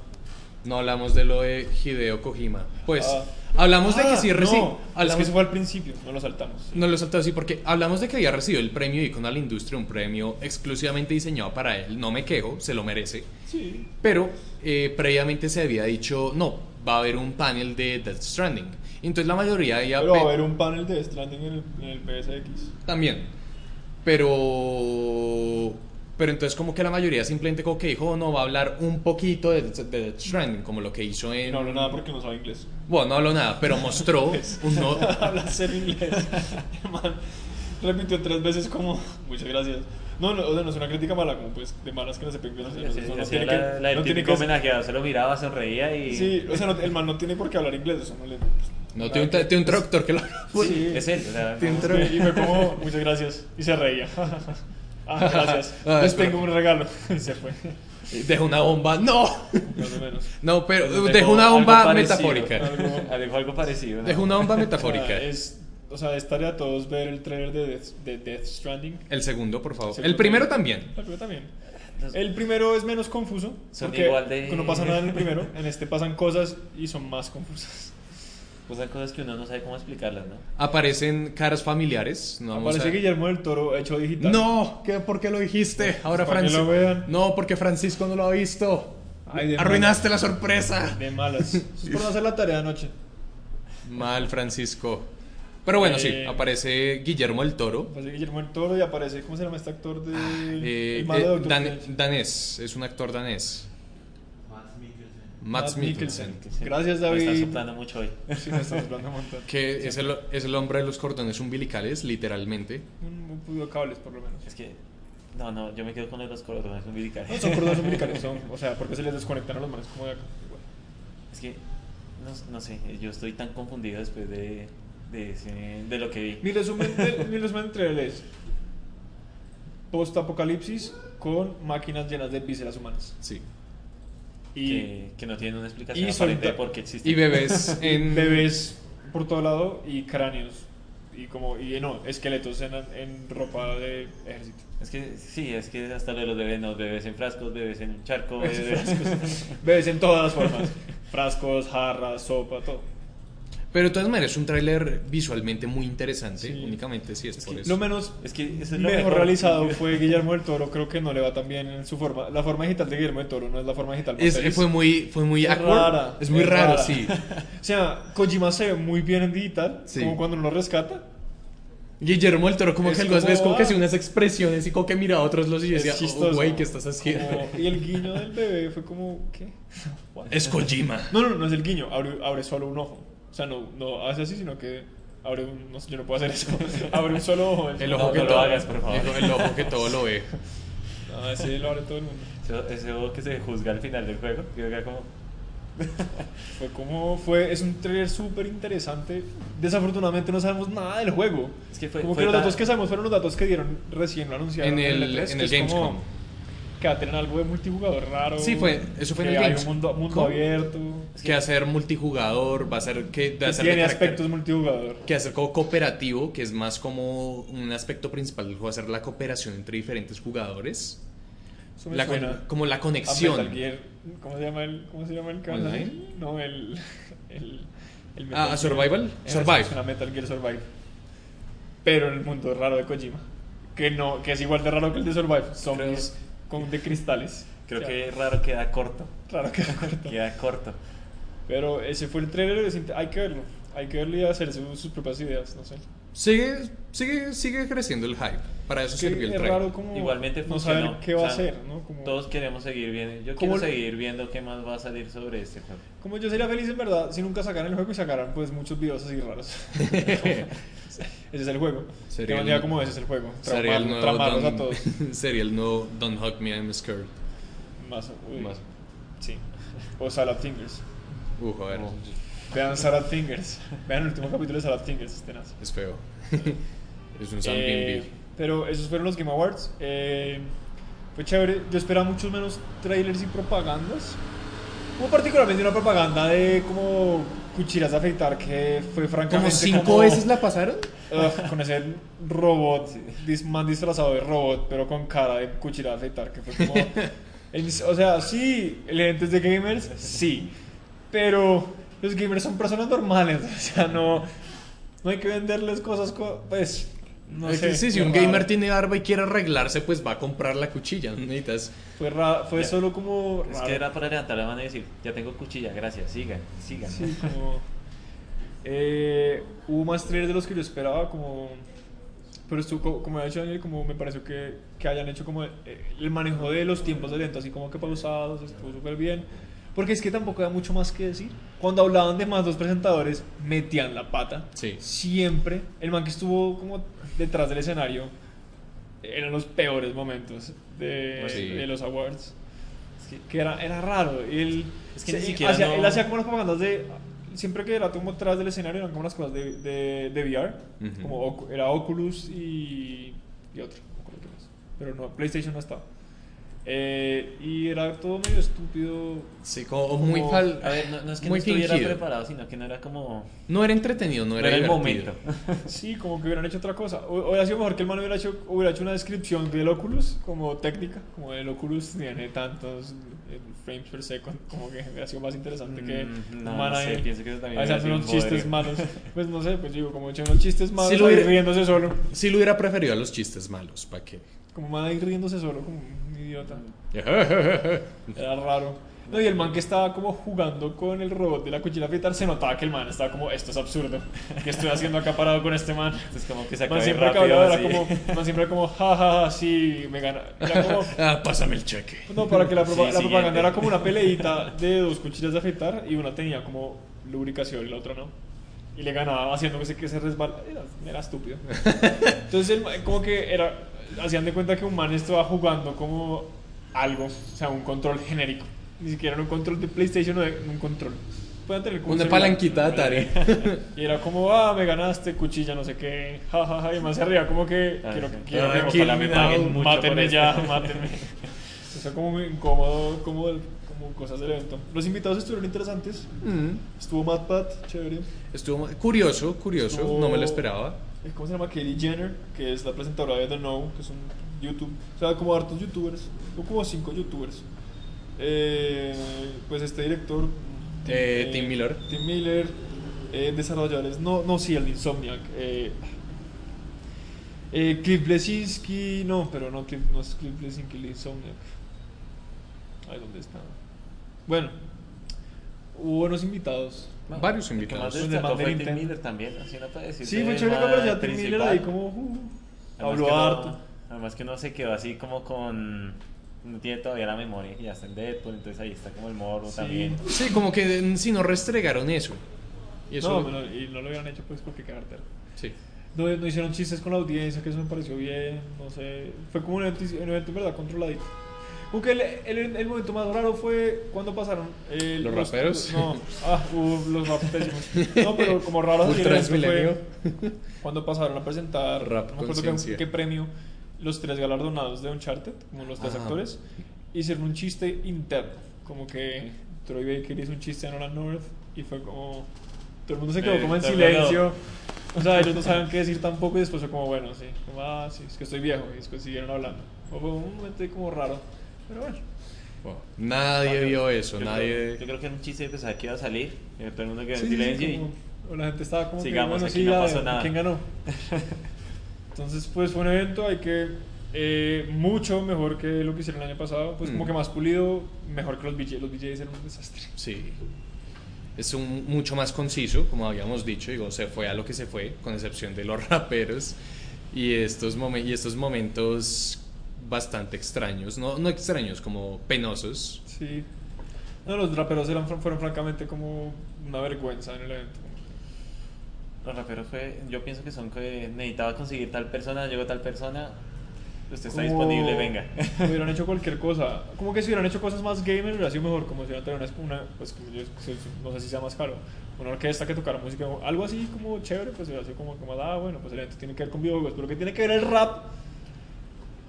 S4: No hablamos de lo de Hideo Kojima. Pues,
S1: Ah.
S4: hablamos de
S1: Ah,
S4: que sí reci-
S1: No, es que
S4: hablamos-
S1: eso fue al principio, no lo saltamos. sí.
S4: No lo he saltado así porque hablamos de que había recibido el premio Icon a la industria, un premio exclusivamente diseñado para él. No me quejo, se lo merece.
S1: Sí.
S4: Pero eh, previamente se había dicho, no, va a haber un panel de Death Stranding. Entonces la mayoría había...
S1: Pero va a
S4: pe-
S1: haber un panel de Stranding en el, en el PSX.
S4: También. Pero... Pero entonces como que la mayoría simplemente como que dijo, no, va a hablar un poquito de, de Death Stranding, como lo que hizo en...
S1: No hablo nada porque no sabe inglés.
S4: Bueno, no habló nada, pero mostró un no-
S1: [laughs] Habla ser inglés. [laughs] Man, repitió tres veces como, muchas gracias. No, no, o sea, no es una crítica mala, como pues de malas que no se pegan.
S3: Sí,
S1: no,
S3: sí,
S1: no,
S3: sí,
S1: no
S3: sí,
S1: tiene
S3: la,
S1: que-
S3: la del
S1: no tiene
S3: típico
S1: que-
S3: homenajeado se lo miraba, sonreía y...
S1: Sí, o sea, no- el man no tiene por qué hablar inglés, eso no le. pues,
S4: No, tiene un, tra- tiene un traductor que lo...
S1: Sí.
S3: Es él, o sea,
S4: Tiene un
S3: no-
S4: tra-
S1: Y fue como, muchas gracias. Y se reía. [laughs] ah, gracias.
S4: [laughs] Ah,
S1: Les
S4: espera.
S1: tengo un regalo. [laughs] Y se fue.
S4: Deja una bomba, no.
S1: Más o menos.
S4: No, pero
S3: Entonces
S4: dejó
S3: dejó
S4: una
S3: algo
S4: bomba
S3: parecido,
S4: metafórica.
S1: Algo-
S3: Dijo algo parecido. ¿no?
S4: Dejó una bomba
S1: O sea,
S4: metafórica.
S1: es, o sea, es tarea a todos ver el trailer de Death, de Death Stranding.
S4: El segundo, por favor. El
S1: Segundo.
S4: primero también.
S1: El primero también. El primero es menos confuso.
S3: Son
S1: porque
S3: igual de-
S1: No pasa nada en el
S3: [laughs]
S1: primero. En este pasan cosas y son más confusas.
S3: Pues hay cosas que uno no sabe cómo explicarlas, ¿no?
S4: Aparecen caras familiares. No vamos
S1: Aparece
S4: a-
S1: Guillermo del Toro hecho digital.
S4: No, ¿qué- ¿por qué lo dijiste? Ahora
S1: Pues, Para que lo
S4: Francisco.
S1: vean.
S4: No, porque Francisco no lo ha visto.
S1: Ay, de
S4: Arruinaste la sorpresa.
S1: De malas. Eso es por no hacer la tarea anoche.
S4: Mal, Francisco. Pero bueno, sí,
S1: Eh,
S4: aparece Guillermo el Toro.
S1: Aparece Guillermo del Toro y aparece. ¿Cómo se llama este actor de.
S4: Eh,
S1: el malo de
S4: eh,
S1: Doctor
S4: dan-
S1: Strange?
S4: danés, es un actor danés. Matt
S1: Mads
S4: Mikkelsen.
S1: Mikkelsen. Gracias, David.
S3: Me está soplando mucho hoy.
S1: Sí, me estás hablando un montón.
S4: Que es el, es el hombre de los cordones umbilicales, literalmente.
S1: Un, un pudo cables, por lo menos.
S3: Es que... No, no, yo me quedo con lo de los cordones umbilicales.
S1: No son cordones umbilicales, son, o sea, porque se les desconectaron los manos como de acá. Igual.
S3: Es que, no, no sé, yo estoy tan confundido después de, de, ese- de lo que vi.
S1: Mi resumen, del- mi resumen entre es post-apocalipsis con máquinas llenas de vísceras humanas.
S4: Sí.
S1: Y,
S3: que, que no tienen una explicación
S1: y
S3: aparente de
S1: solita-
S3: por qué existe.
S1: [laughs]
S4: Y bebés en...
S1: bebés por todo lado y cráneos. Y como, y no, esqueletos en, en ropa de ejército.
S3: Es que sí, es que hasta lo de los bebés, no, bebés en frascos, bebés en un charco,
S1: Pues,
S3: [laughs] bebés.
S1: Bebés en todas las formas. Frascos, jarras, sopa, todo.
S4: Pero de todas maneras es un tráiler visualmente muy interesante,
S1: Sí.
S4: únicamente si es,
S1: Es
S4: por
S1: que
S4: eso.
S1: lo menos
S3: Es que eso es lo
S1: mejor
S3: mejor. [laughs]
S1: realizado fue Guillermo del Toro. Creo que no le va tan bien en su forma. La forma digital de Guillermo del Toro no es la forma digital. más
S4: Es-
S1: feliz.
S4: fue muy, fue muy
S1: Es
S4: awkward.
S1: rara,
S4: Es muy
S1: es
S4: raro,
S1: rara. [laughs]
S4: sí.
S1: O sea, Kojima se ve muy bien en digital,
S4: Sí.
S1: como cuando uno lo rescata.
S4: Guillermo el Toro como
S1: Es
S4: que algunas
S1: como,
S4: veces como que
S1: ah.
S4: hacía unas expresiones y como que mira a otros los y yo
S1: Es
S4: decía, "Oh,
S1: chistoso.
S4: güey, ¿qué estás haciendo?
S1: Como- y el guiño del bebé fue como, ¿qué? What?
S4: Es Kojima.
S1: No, no, no es el guiño, abre, abre solo un ojo. O sea, no, no hace así, sino que abre un. No sé, yo no puedo hacer eso. [laughs] abre un solo ojo. es-
S4: El ojo
S3: No,
S4: que
S3: no lo
S4: todo,
S3: hagas, por favor.
S4: El, el ojo que todo lo ve.
S1: Ah, sí, lo abre todo el mundo.
S3: Eso, eso que se juzga al final del juego. Yo acá como.
S1: Fue como. fue Es un trailer súper interesante. Desafortunadamente no sabemos nada del juego.
S3: Es que fue-
S1: como
S3: fue
S1: que los
S3: tan-
S1: datos que sabemos fueron los datos que dieron recién lo anunciaron
S4: En el,
S1: E3,
S4: en
S1: que
S4: el
S1: es como-
S4: Gamescom.
S1: que va a tener algo de multijugador raro.
S4: Sí, fue- eso fue en
S1: que
S4: el
S1: hay
S4: Games-
S1: un mundo, mundo
S4: ¿Cómo?
S1: abierto.
S4: Que va a ser multijugador, va a ser que, va
S1: Que
S4: a ser de
S1: tiene
S4: carácter-
S1: aspectos multijugador.
S4: que va a ser como cooperativo, que es más como un aspecto principal del juego, va a ser la cooperación entre diferentes jugadores.
S1: Eso me
S4: La con-
S1: suena
S4: como la
S1: a
S4: conexión.
S1: Metal Gear. ¿Cómo se llama el cómo se llama el canal?
S4: ¿Online?
S1: No, el el, el
S4: Ah, ¿a Survival?
S1: Gear.
S4: Survive.
S1: Es una Metal Gear Survive. Pero en el mundo raro de Kojima, que no que es igual de raro que el de Survive, zombies con de cristales.
S3: Creo
S1: O sea,
S3: que raro queda corto.
S1: raro
S4: [laughs]
S1: que corto.
S3: Queda corto.
S1: Pero ese fue el trailer, es int- hay que verlo. Hay que verlo y hacer sus, sus propias ideas, no sé.
S4: Sigue, sigue, sigue creciendo el hype. Para eso
S1: Que
S4: sirvió
S1: es
S4: el trailer.
S1: raro como
S3: Igualmente
S1: no
S3: funcionó.
S1: saber qué va
S3: O
S1: a
S3: sea,
S1: hacer, ¿no? Como,
S3: Todos queremos seguir viendo. Yo
S1: ¿Cómo
S3: quiero
S1: le-
S3: seguir viendo qué más va a salir sobre este juego.
S1: como yo sería feliz en verdad si nunca sacaran el juego y sacaran pues muchos videos así
S4: [laughs]
S1: raros. ese es el juego.
S4: Sería
S1: Que
S4: el-
S1: un día como ese es el juego.
S4: Sería el
S1: Traumar-
S4: nuevo
S1: traumarlos
S4: Don-
S1: a
S4: [laughs]
S1: todos.
S4: sería el nuevo Don't Hug Me I'm Scared.
S1: Más, uy,
S4: Más.
S1: Sí. O Salad Fingers.
S4: Uh, joder,
S3: Como-
S1: Vean Salad Fingers. Vean el último capítulo de Salad Fingers, es tenaz.
S4: es feo. [laughs] es un sound
S1: Eh,
S4: bien vil.
S1: pero esos fueron los Game Awards. Eh, fue chévere. Yo esperaba muchos menos trailers y propagandas. Como particularmente una propaganda de como cuchillas de afeitar que fue francamente
S4: ¿Como cinco
S1: como-
S4: veces la pasaron?
S1: Ugh, con ese robot, dis- man disfrazado de robot, pero con cara de cuchilla de afeitar, que fue como... el- o sea, sí, lentes de gamers, sí, pero los gamers son personas normales, [laughs] o sea, no, no hay que venderles cosas, co- pues, no
S4: Es que
S1: sé.
S4: sí, si
S1: fue
S4: un
S1: raro.
S4: gamer tiene barba y quiere arreglarse, pues va a comprar la cuchilla. No necesitas.
S1: Fue, ra- fue
S3: Ya.
S1: solo como...
S3: Es
S1: raro.
S3: que era para levantar la mano y decir, ya tengo cuchilla, gracias, sigan, sigan.
S1: Sí, como... eh, hubo más trailers de los que yo esperaba, como... Pero estuvo, co- como ha dicho Daniel, como me pareció que, que hayan hecho como eh, el manejo de los tiempos de lento, así como que pausados, estuvo súper bien. Porque es que tampoco había mucho más que decir. Cuando hablaban de más dos presentadores, metían la pata.
S4: Sí.
S1: Siempre. El man que estuvo como detrás del escenario, eran los peores momentos de,
S4: Sí.
S1: de los awards.
S3: Es que-
S1: Que era, era raro. Y él,
S3: Es que ni
S1: se-
S3: siquiera
S1: hacía,
S3: no-
S1: él hacía como las propagandas de. Siempre que era como atrás del escenario eran como las cosas de, de, de VR.
S4: Ujú.
S1: Como Ocu- era Oculus y, y otro. no me acuerdo qué más. Pero no, PlayStation no estaba. Eh, y era todo medio estúpido.
S3: [laughs]
S4: Sí, como muy
S1: Como-
S4: fal.
S3: A ver, no, no es que
S4: muy
S3: no estuviera
S4: fingido.
S3: preparado, sino que no era como...
S4: No era entretenido, no
S3: No
S4: era,
S3: era el
S4: divertido.
S3: momento.
S1: Sí, como que hubieran hecho otra cosa. O- Hubiera sido mejor que el man hubiera hecho, hubiera hecho una descripción del Oculus, como técnica, como el Oculus tiene tantos eh, frames per second, como que hubiera sido más interesante que
S3: Mm,
S1: un
S3: no,
S1: man
S3: no
S1: ahí-
S3: sé, pienso que eso también
S1: A veces
S3: hubiera
S1: hacen
S3: sido
S1: unos
S3: un
S1: chistes
S3: bodrio. [laughs]
S1: malos. Pues no sé, pues digo, como echan unos chistes malos
S4: lo
S1: ahí
S4: hubiera-
S1: riéndose solo.
S4: Sí, lo hubiera preferido a los chistes malos. ¿Para qué?
S1: Como man ahí riéndose solo, como un idiota. Era raro. No, y el man que estaba como jugando con el robot de la cuchilla fritar, se notaba que el man estaba como, esto es absurdo. [laughs] ¿Qué estoy haciendo acá parado con este man?
S3: Es como que se
S1: Man
S3: acabó
S1: siempre que
S3: rápido,
S1: hablaba era
S3: así.
S1: como, [laughs] man siempre como, ja, ja, ja, sí, me gana. Era
S3: [laughs]
S1: como,
S4: [laughs] ah, pásame el cheque.
S1: no, para que la,
S3: Sí,
S1: propa- la
S3: siguiente.
S1: propaganda era como una peleita de dos cuchillas de afeitar y una tenía como lubricación y la otra no. Y le ganaba haciendo que se, que se resbala. Era, era estúpido. Entonces, el ma- como que era. Hacían de cuenta que un man estaba jugando como algo, o sea, un control genérico. ni siquiera en un control de PlayStation o de- en un control. Pueden tener como un
S4: Una
S1: celular.
S4: palanquita de tarea.
S1: [laughs] Y era como, ah, me ganaste, cuchilla, no sé qué, jajaja, y más arriba, como que,
S3: Ah,
S1: quiero,
S3: sí.
S1: quiero
S3: Ah,
S1: que
S3: kill
S1: ojalá
S3: me
S1: me
S3: now,
S1: paguen,
S3: mucho por
S1: mátenme [laughs]
S3: esto.
S1: ya, mátenme. Eso fue como muy incómodo, como, del- como cosas del evento. Los invitados estuvieron interesantes,
S4: Mm.
S1: estuvo Matt Pat, chévere.
S4: Estuvo curioso, curioso,
S1: Estuvo-
S3: Oh.
S4: no me lo esperaba.
S1: eh, ¿Cómo se llama? Kelly Jenner, que es la presentadora de The Know, que es un YouTube. O sea, como hartos youtubers, o como cinco youtubers. Eh, pues este director. Tim,
S4: Eh, Tim Miller.
S1: Tim Miller. eh, desarrolladores. No, no, sí, el de Insomniac. Eh, eh, Cliff Blesinski. No, pero no, Cliff- no es Cliff Blesinski, el de Insomniac. Ay, ¿dónde está? Bueno, hubo buenos invitados.
S4: Varios
S3: El [laughs] que
S4: invitados.
S3: más
S1: de-
S3: destacó fue Tim
S1: Nintendo.
S3: Miller también, así no puede decir.
S1: Sí,
S3: fue
S1: fue chévere, pero ya Tim Miller ahí como. uh, habló harto.
S3: además que no se quedó así como con... No tiene todavía la memoria que ya está en Deadpool, entonces ahí está como el morbo
S1: Sí.
S3: también.
S4: Sí, como que mm, sí, nos restregaron eso. Y eso.
S1: No, pero- y no lo hubieran hecho pues porque qué cartera.
S4: Sí.
S1: No, no hicieron chistes con la audiencia, que eso me pareció bien, no sé. Fue como un evento, un evento en verdad controladito. Aunque el, el, el momento más raro fue cuando pasaron. eh,
S4: ¿Los raperos?
S1: No, ah, uh, los raperos pésimos. No, pero como
S4: [laughs]
S1: raro
S4: Full
S1: así el evento
S4: Transmilenio.
S1: fue [laughs] cuando pasaron a presentar.
S4: Rap
S1: no me acuerdo qué,
S4: Conciencia.
S1: qué premio. Los tres galardonados de Uncharted, como los tres
S4: Ah.
S1: actores, hicieron un chiste interno. Como que Troy Baker hizo un chiste a Nolan North y fue como. Todo el mundo se quedó
S3: Eh,
S1: como en
S3: está hablando.
S1: silencio. O sea, ellos no saben qué decir tampoco y después fue como, bueno, sí, como, ah, sí, es que estoy viejo y después siguieron hablando. Fue como un momento ahí como raro, pero bueno.
S4: Wow. Nadie vio eso,
S3: Yo
S4: nadie.
S3: creo- yo creo que era un chiste, pues aquí iba a salir. y Todo el mundo quedó
S1: Sí,
S3: en
S1: sí,
S3: silencio
S1: sí,
S3: y...
S1: como- o la gente estaba como que,
S3: Sigamos,
S1: bueno,
S3: aquí
S1: sí,
S3: no
S1: ya,
S3: pasó nada.
S1: ¿quién ganó? Entonces, pues fue un evento, hay que, eh, mucho mejor que lo que hicieron el año pasado, pues como
S4: Mm.
S1: que más pulido, mejor que los BJs, los BJs eran un desastre.
S4: Sí. Es un, mucho más conciso, como habíamos dicho, digo, se fue a lo que se fue, con excepción de los [laughs] raperos y estos, momen- y estos momentos bastante extraños, no, no extraños, como penosos.
S1: Sí. No, los raperos eran, fueron francamente como una vergüenza en el evento.
S3: [laughs] Los raperos fue, yo pienso que son que necesitaba conseguir tal persona, llegó tal persona, usted está
S1: Como
S3: disponible, venga. [laughs]
S1: Hubieran hecho cualquier cosa. Como que si hubieran hecho cosas más gamer hubiera sido mejor. Como si hubieran tenido una, una- pues como yo- no sé si sea más caro, una orquesta que tocara música, algo así como chévere, pues hubiera sido como, como ah, bueno, pues el evento tiene que ver con videojuegos, pero que tiene que ver el rap.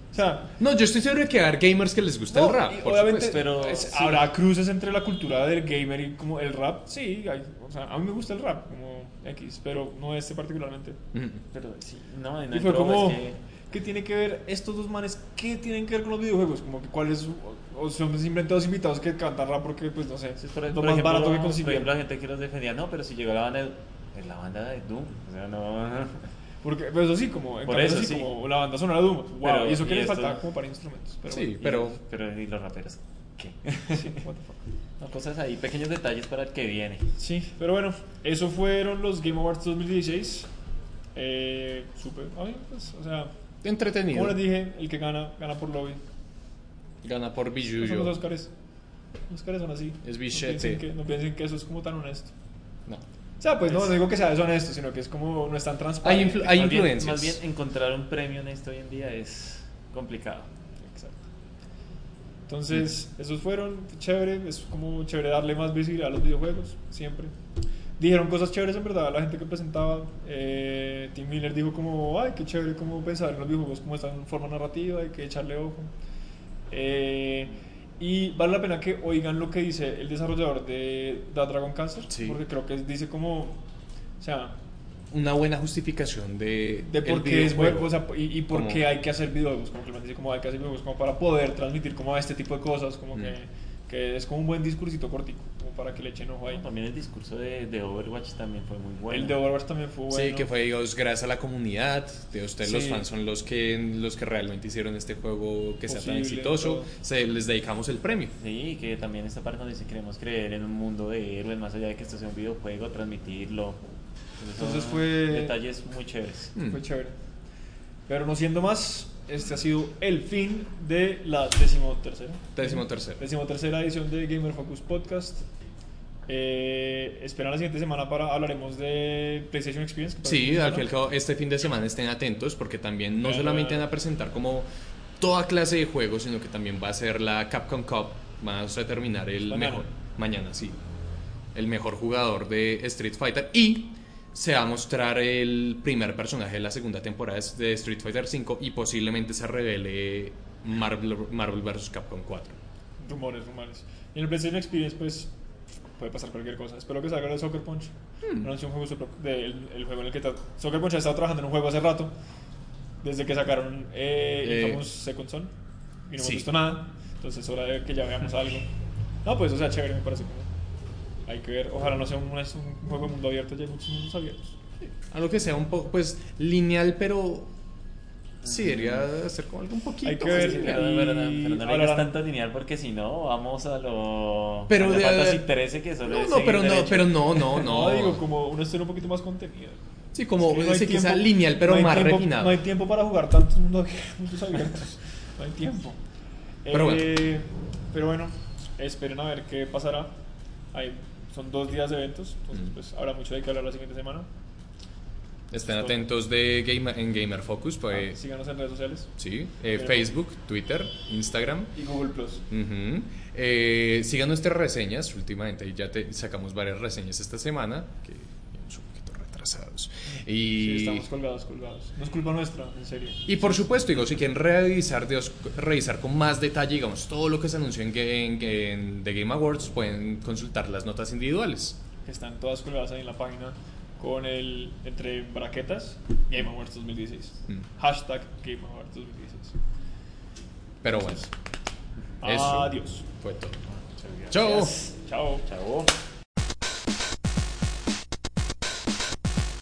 S1: O sea,
S4: No, yo estoy seguro de que hay gamers que les gusta
S1: no,
S4: el rap,
S1: y
S4: por
S1: obviamente,
S4: supuesto.
S1: pero
S3: Pero,
S1: es-
S3: sí.
S1: habrá cruces entre la cultura del gamer y como el rap. Sí, hay- o sea, a mí me gusta el rap, como X, pero no este particularmente.
S4: Mm.
S3: Pero sí, no, y no
S1: Y fue
S3: entró,
S1: como,
S3: es que-
S1: ¿qué tiene que ver estos dos manes? ¿Qué tienen que ver con los videojuegos? Como que cuáles su- o son simplemente dos invitados que cantan rap porque, pues no sé,
S3: entonces,
S1: es
S3: por,
S1: lo
S3: por
S1: más
S3: ejemplo,
S1: barato que
S3: por
S1: consiguieron.
S3: ejemplo, la gente que los defendía, no, pero si llegó la banda de, es la banda de Doom, o sea, no...
S1: Porque, pero eso sí, como, en
S3: Por
S1: cambio,
S3: eso
S1: sí,
S3: sí.
S1: como la banda sonora de Doom. Wow,
S3: Pero,
S1: y eso que
S3: ¿y
S1: les
S3: esto?
S1: faltaba como para instrumentos. [laughs] Pero
S4: Sí.
S1: bueno,
S4: pero-
S3: Y, pero, ¿y los raperos?
S1: [laughs]
S3: ¿Qué?
S1: sí, what the fuck.
S3: No, cosas ahí, pequeños detalles para el que viene.
S1: Sí, pero bueno, eso fueron los Game Awards 2016. Eh, supe, a mí, pues, o sea,
S4: Entretenido.
S1: como les dije, el que gana, gana por lobby.
S4: Gana por
S1: No son los
S4: Bijuyo.
S1: Oscars. Los Oscars son así.
S4: Es
S1: No
S4: billete.
S1: piensen que- no piensen que eso es como tan honesto.
S4: No.
S1: O sea, pues no, no digo que sea deshonesto, sino que es como no es tan
S4: Hay,
S1: transparente.
S4: influ- hay
S3: Más bien-
S4: influencias.
S3: más bien, encontrar un premio en esto hoy en día es complicado.
S1: Exacto. Entonces, esos fueron chévere, es como chévere darle más visibilidad a los videojuegos, siempre. Dijeron cosas chéveres en verdad, la gente que presentaba, eh, Tim Miller dijo como, ay, qué chévere como pensar en los videojuegos como están en forma narrativa, hay que echarle ojo. Eh, y vale la pena que oigan lo que dice el desarrollador de The Dragon Cancer,
S4: Sí.
S1: porque creo que dice como, o sea,
S4: Una buena justificación de,
S1: de
S4: el
S1: por qué es
S4: videojuego.
S1: bueno o sea, y, y por
S4: Como-
S1: qué hay que hacer videojuegos como que el man dice como hay que hacer videojuegos como para poder transmitir como este tipo de cosas como
S4: Mm.
S1: que, que es como un buen discursito cortico como para que le echen ojo ahí
S3: No, también el discurso de, de Overwatch también fue muy bueno.
S1: el de Overwatch también fue bueno
S4: Sí, que fue, digamos, gracias a la comunidad. De ustedes, los
S1: Sí.
S4: fans, son los que, los que realmente hicieron este juego que sea tan
S1: Posible,
S4: exitoso.
S1: todo.
S4: Se, les dedicamos el premio.
S3: Sí, que también esta parte donde dice queremos creer en un mundo de héroes, más allá de que esto sea un videojuego, transmitirlo.
S1: Entonces
S3: son
S1: fue-
S3: Detalles muy chéveres.
S4: Mm.
S1: fue chévere pero no siendo más este ha sido el fin de la decimotercera
S4: Décimo tercero.
S1: decimotercera edición de Gamer Focus Podcast Eh, espera la siguiente semana para hablaremos de PlayStation Experience que
S4: Sí,
S1: parece
S4: al fin y al
S1: que
S4: cabo, este fin de semana estén atentos porque también no
S1: Ya,
S4: solamente
S1: ya.
S4: van a presentar como toda clase de juegos, sino que también va a ser la Capcom Cup Vamos a terminar el
S1: Mañana.
S4: mejor. Mañana, sí. El mejor jugador de Street Fighter. Y se va a mostrar el primer personaje de la segunda temporada de Street Fighter V. Y posiblemente se revele Marvel, Marvel vs. Capcom 4.
S1: Rumores, rumores. Y en el PlayStation Experience, pues, puede pasar cualquier cosa. Espero que salga el Soccer Punch.
S4: Hmm.
S1: Anunció un juego super- de- el, el juego en el que está- Soccer Punch ha estado trabajando en un juego hace rato. Desde que sacaron eh,
S4: Eh,
S1: Infamous Second Son. Y no hemos
S4: sí.
S1: visto nada. Entonces es hora de que ya veamos algo. No, pues, o sea, chévere, me parece. que Hay que ver. Ojalá no sea un, un- un juego de mundo abierto. Ya hay muchos mundos abiertos.
S4: Algo que sea un poco, pues, lineal, pero. Sí, debería ser como algo un poquito.
S1: Hay que
S4: más
S1: ver.
S4: lineal.
S3: Pero, pero no, pero no le
S1: Ahora-
S3: hagas tanto lineal porque si no, vamos a lo.
S4: Pero
S1: Ah,
S3: a lo
S4: de-
S3: Fantasy 13 que solo
S4: No,
S3: es
S4: no,
S3: seguir
S4: pero no,
S3: derecho.
S4: pero
S1: [laughs]
S4: no, no, no.
S1: digo, como uno esté un poquito más contenido.
S4: sí, como
S1: Es que no hay
S4: ese quizá
S1: tiempo-
S4: lineal, pero
S1: no hay
S4: más
S1: tiempo-
S4: refinado.
S1: No hay tiempo para jugar tantos mundos, [laughs] mundos abiertos. No hay tiempo.
S4: Pero bueno.
S1: Eh, pero bueno, esperen a ver qué pasará. Hay- son dos días de eventos, entonces
S4: Mm.
S1: pues habrá mucho de qué hablar la siguiente semana.
S4: Estén atentos de Gamer, en Gamer Focus,
S1: Ah,
S4: pues.
S1: síganos en redes sociales.
S4: sí, eh,
S1: Pero-
S4: Facebook, Twitter, Instagram.
S1: Y Google Plus.
S4: Ujú. Eh, sigan nuestras reseñas. Últimamente ahí ya te sacamos varias reseñas esta semana, que íbamos un poquito retrasados.
S1: Sí,
S4: Y
S1: estamos colgados, colgados. No es culpa nuestra, en serio.
S4: Y por supuesto, digo, si quieren revisar, Dios, revisar con más detalle, digamos, todo lo que se anunció en, Ga- en- en The Game Awards, pueden consultar las notas individuales.
S1: Están todas colgadas ahí en la página con el, entre braquetas, Game Awards 2016.
S4: Mm.
S1: Hashtag Game Awards 2016.
S4: Pero bueno, eso
S1: Adiós.
S4: fue todo.
S3: Muchas gracias.
S4: Chao.
S1: Chao.
S3: Chao.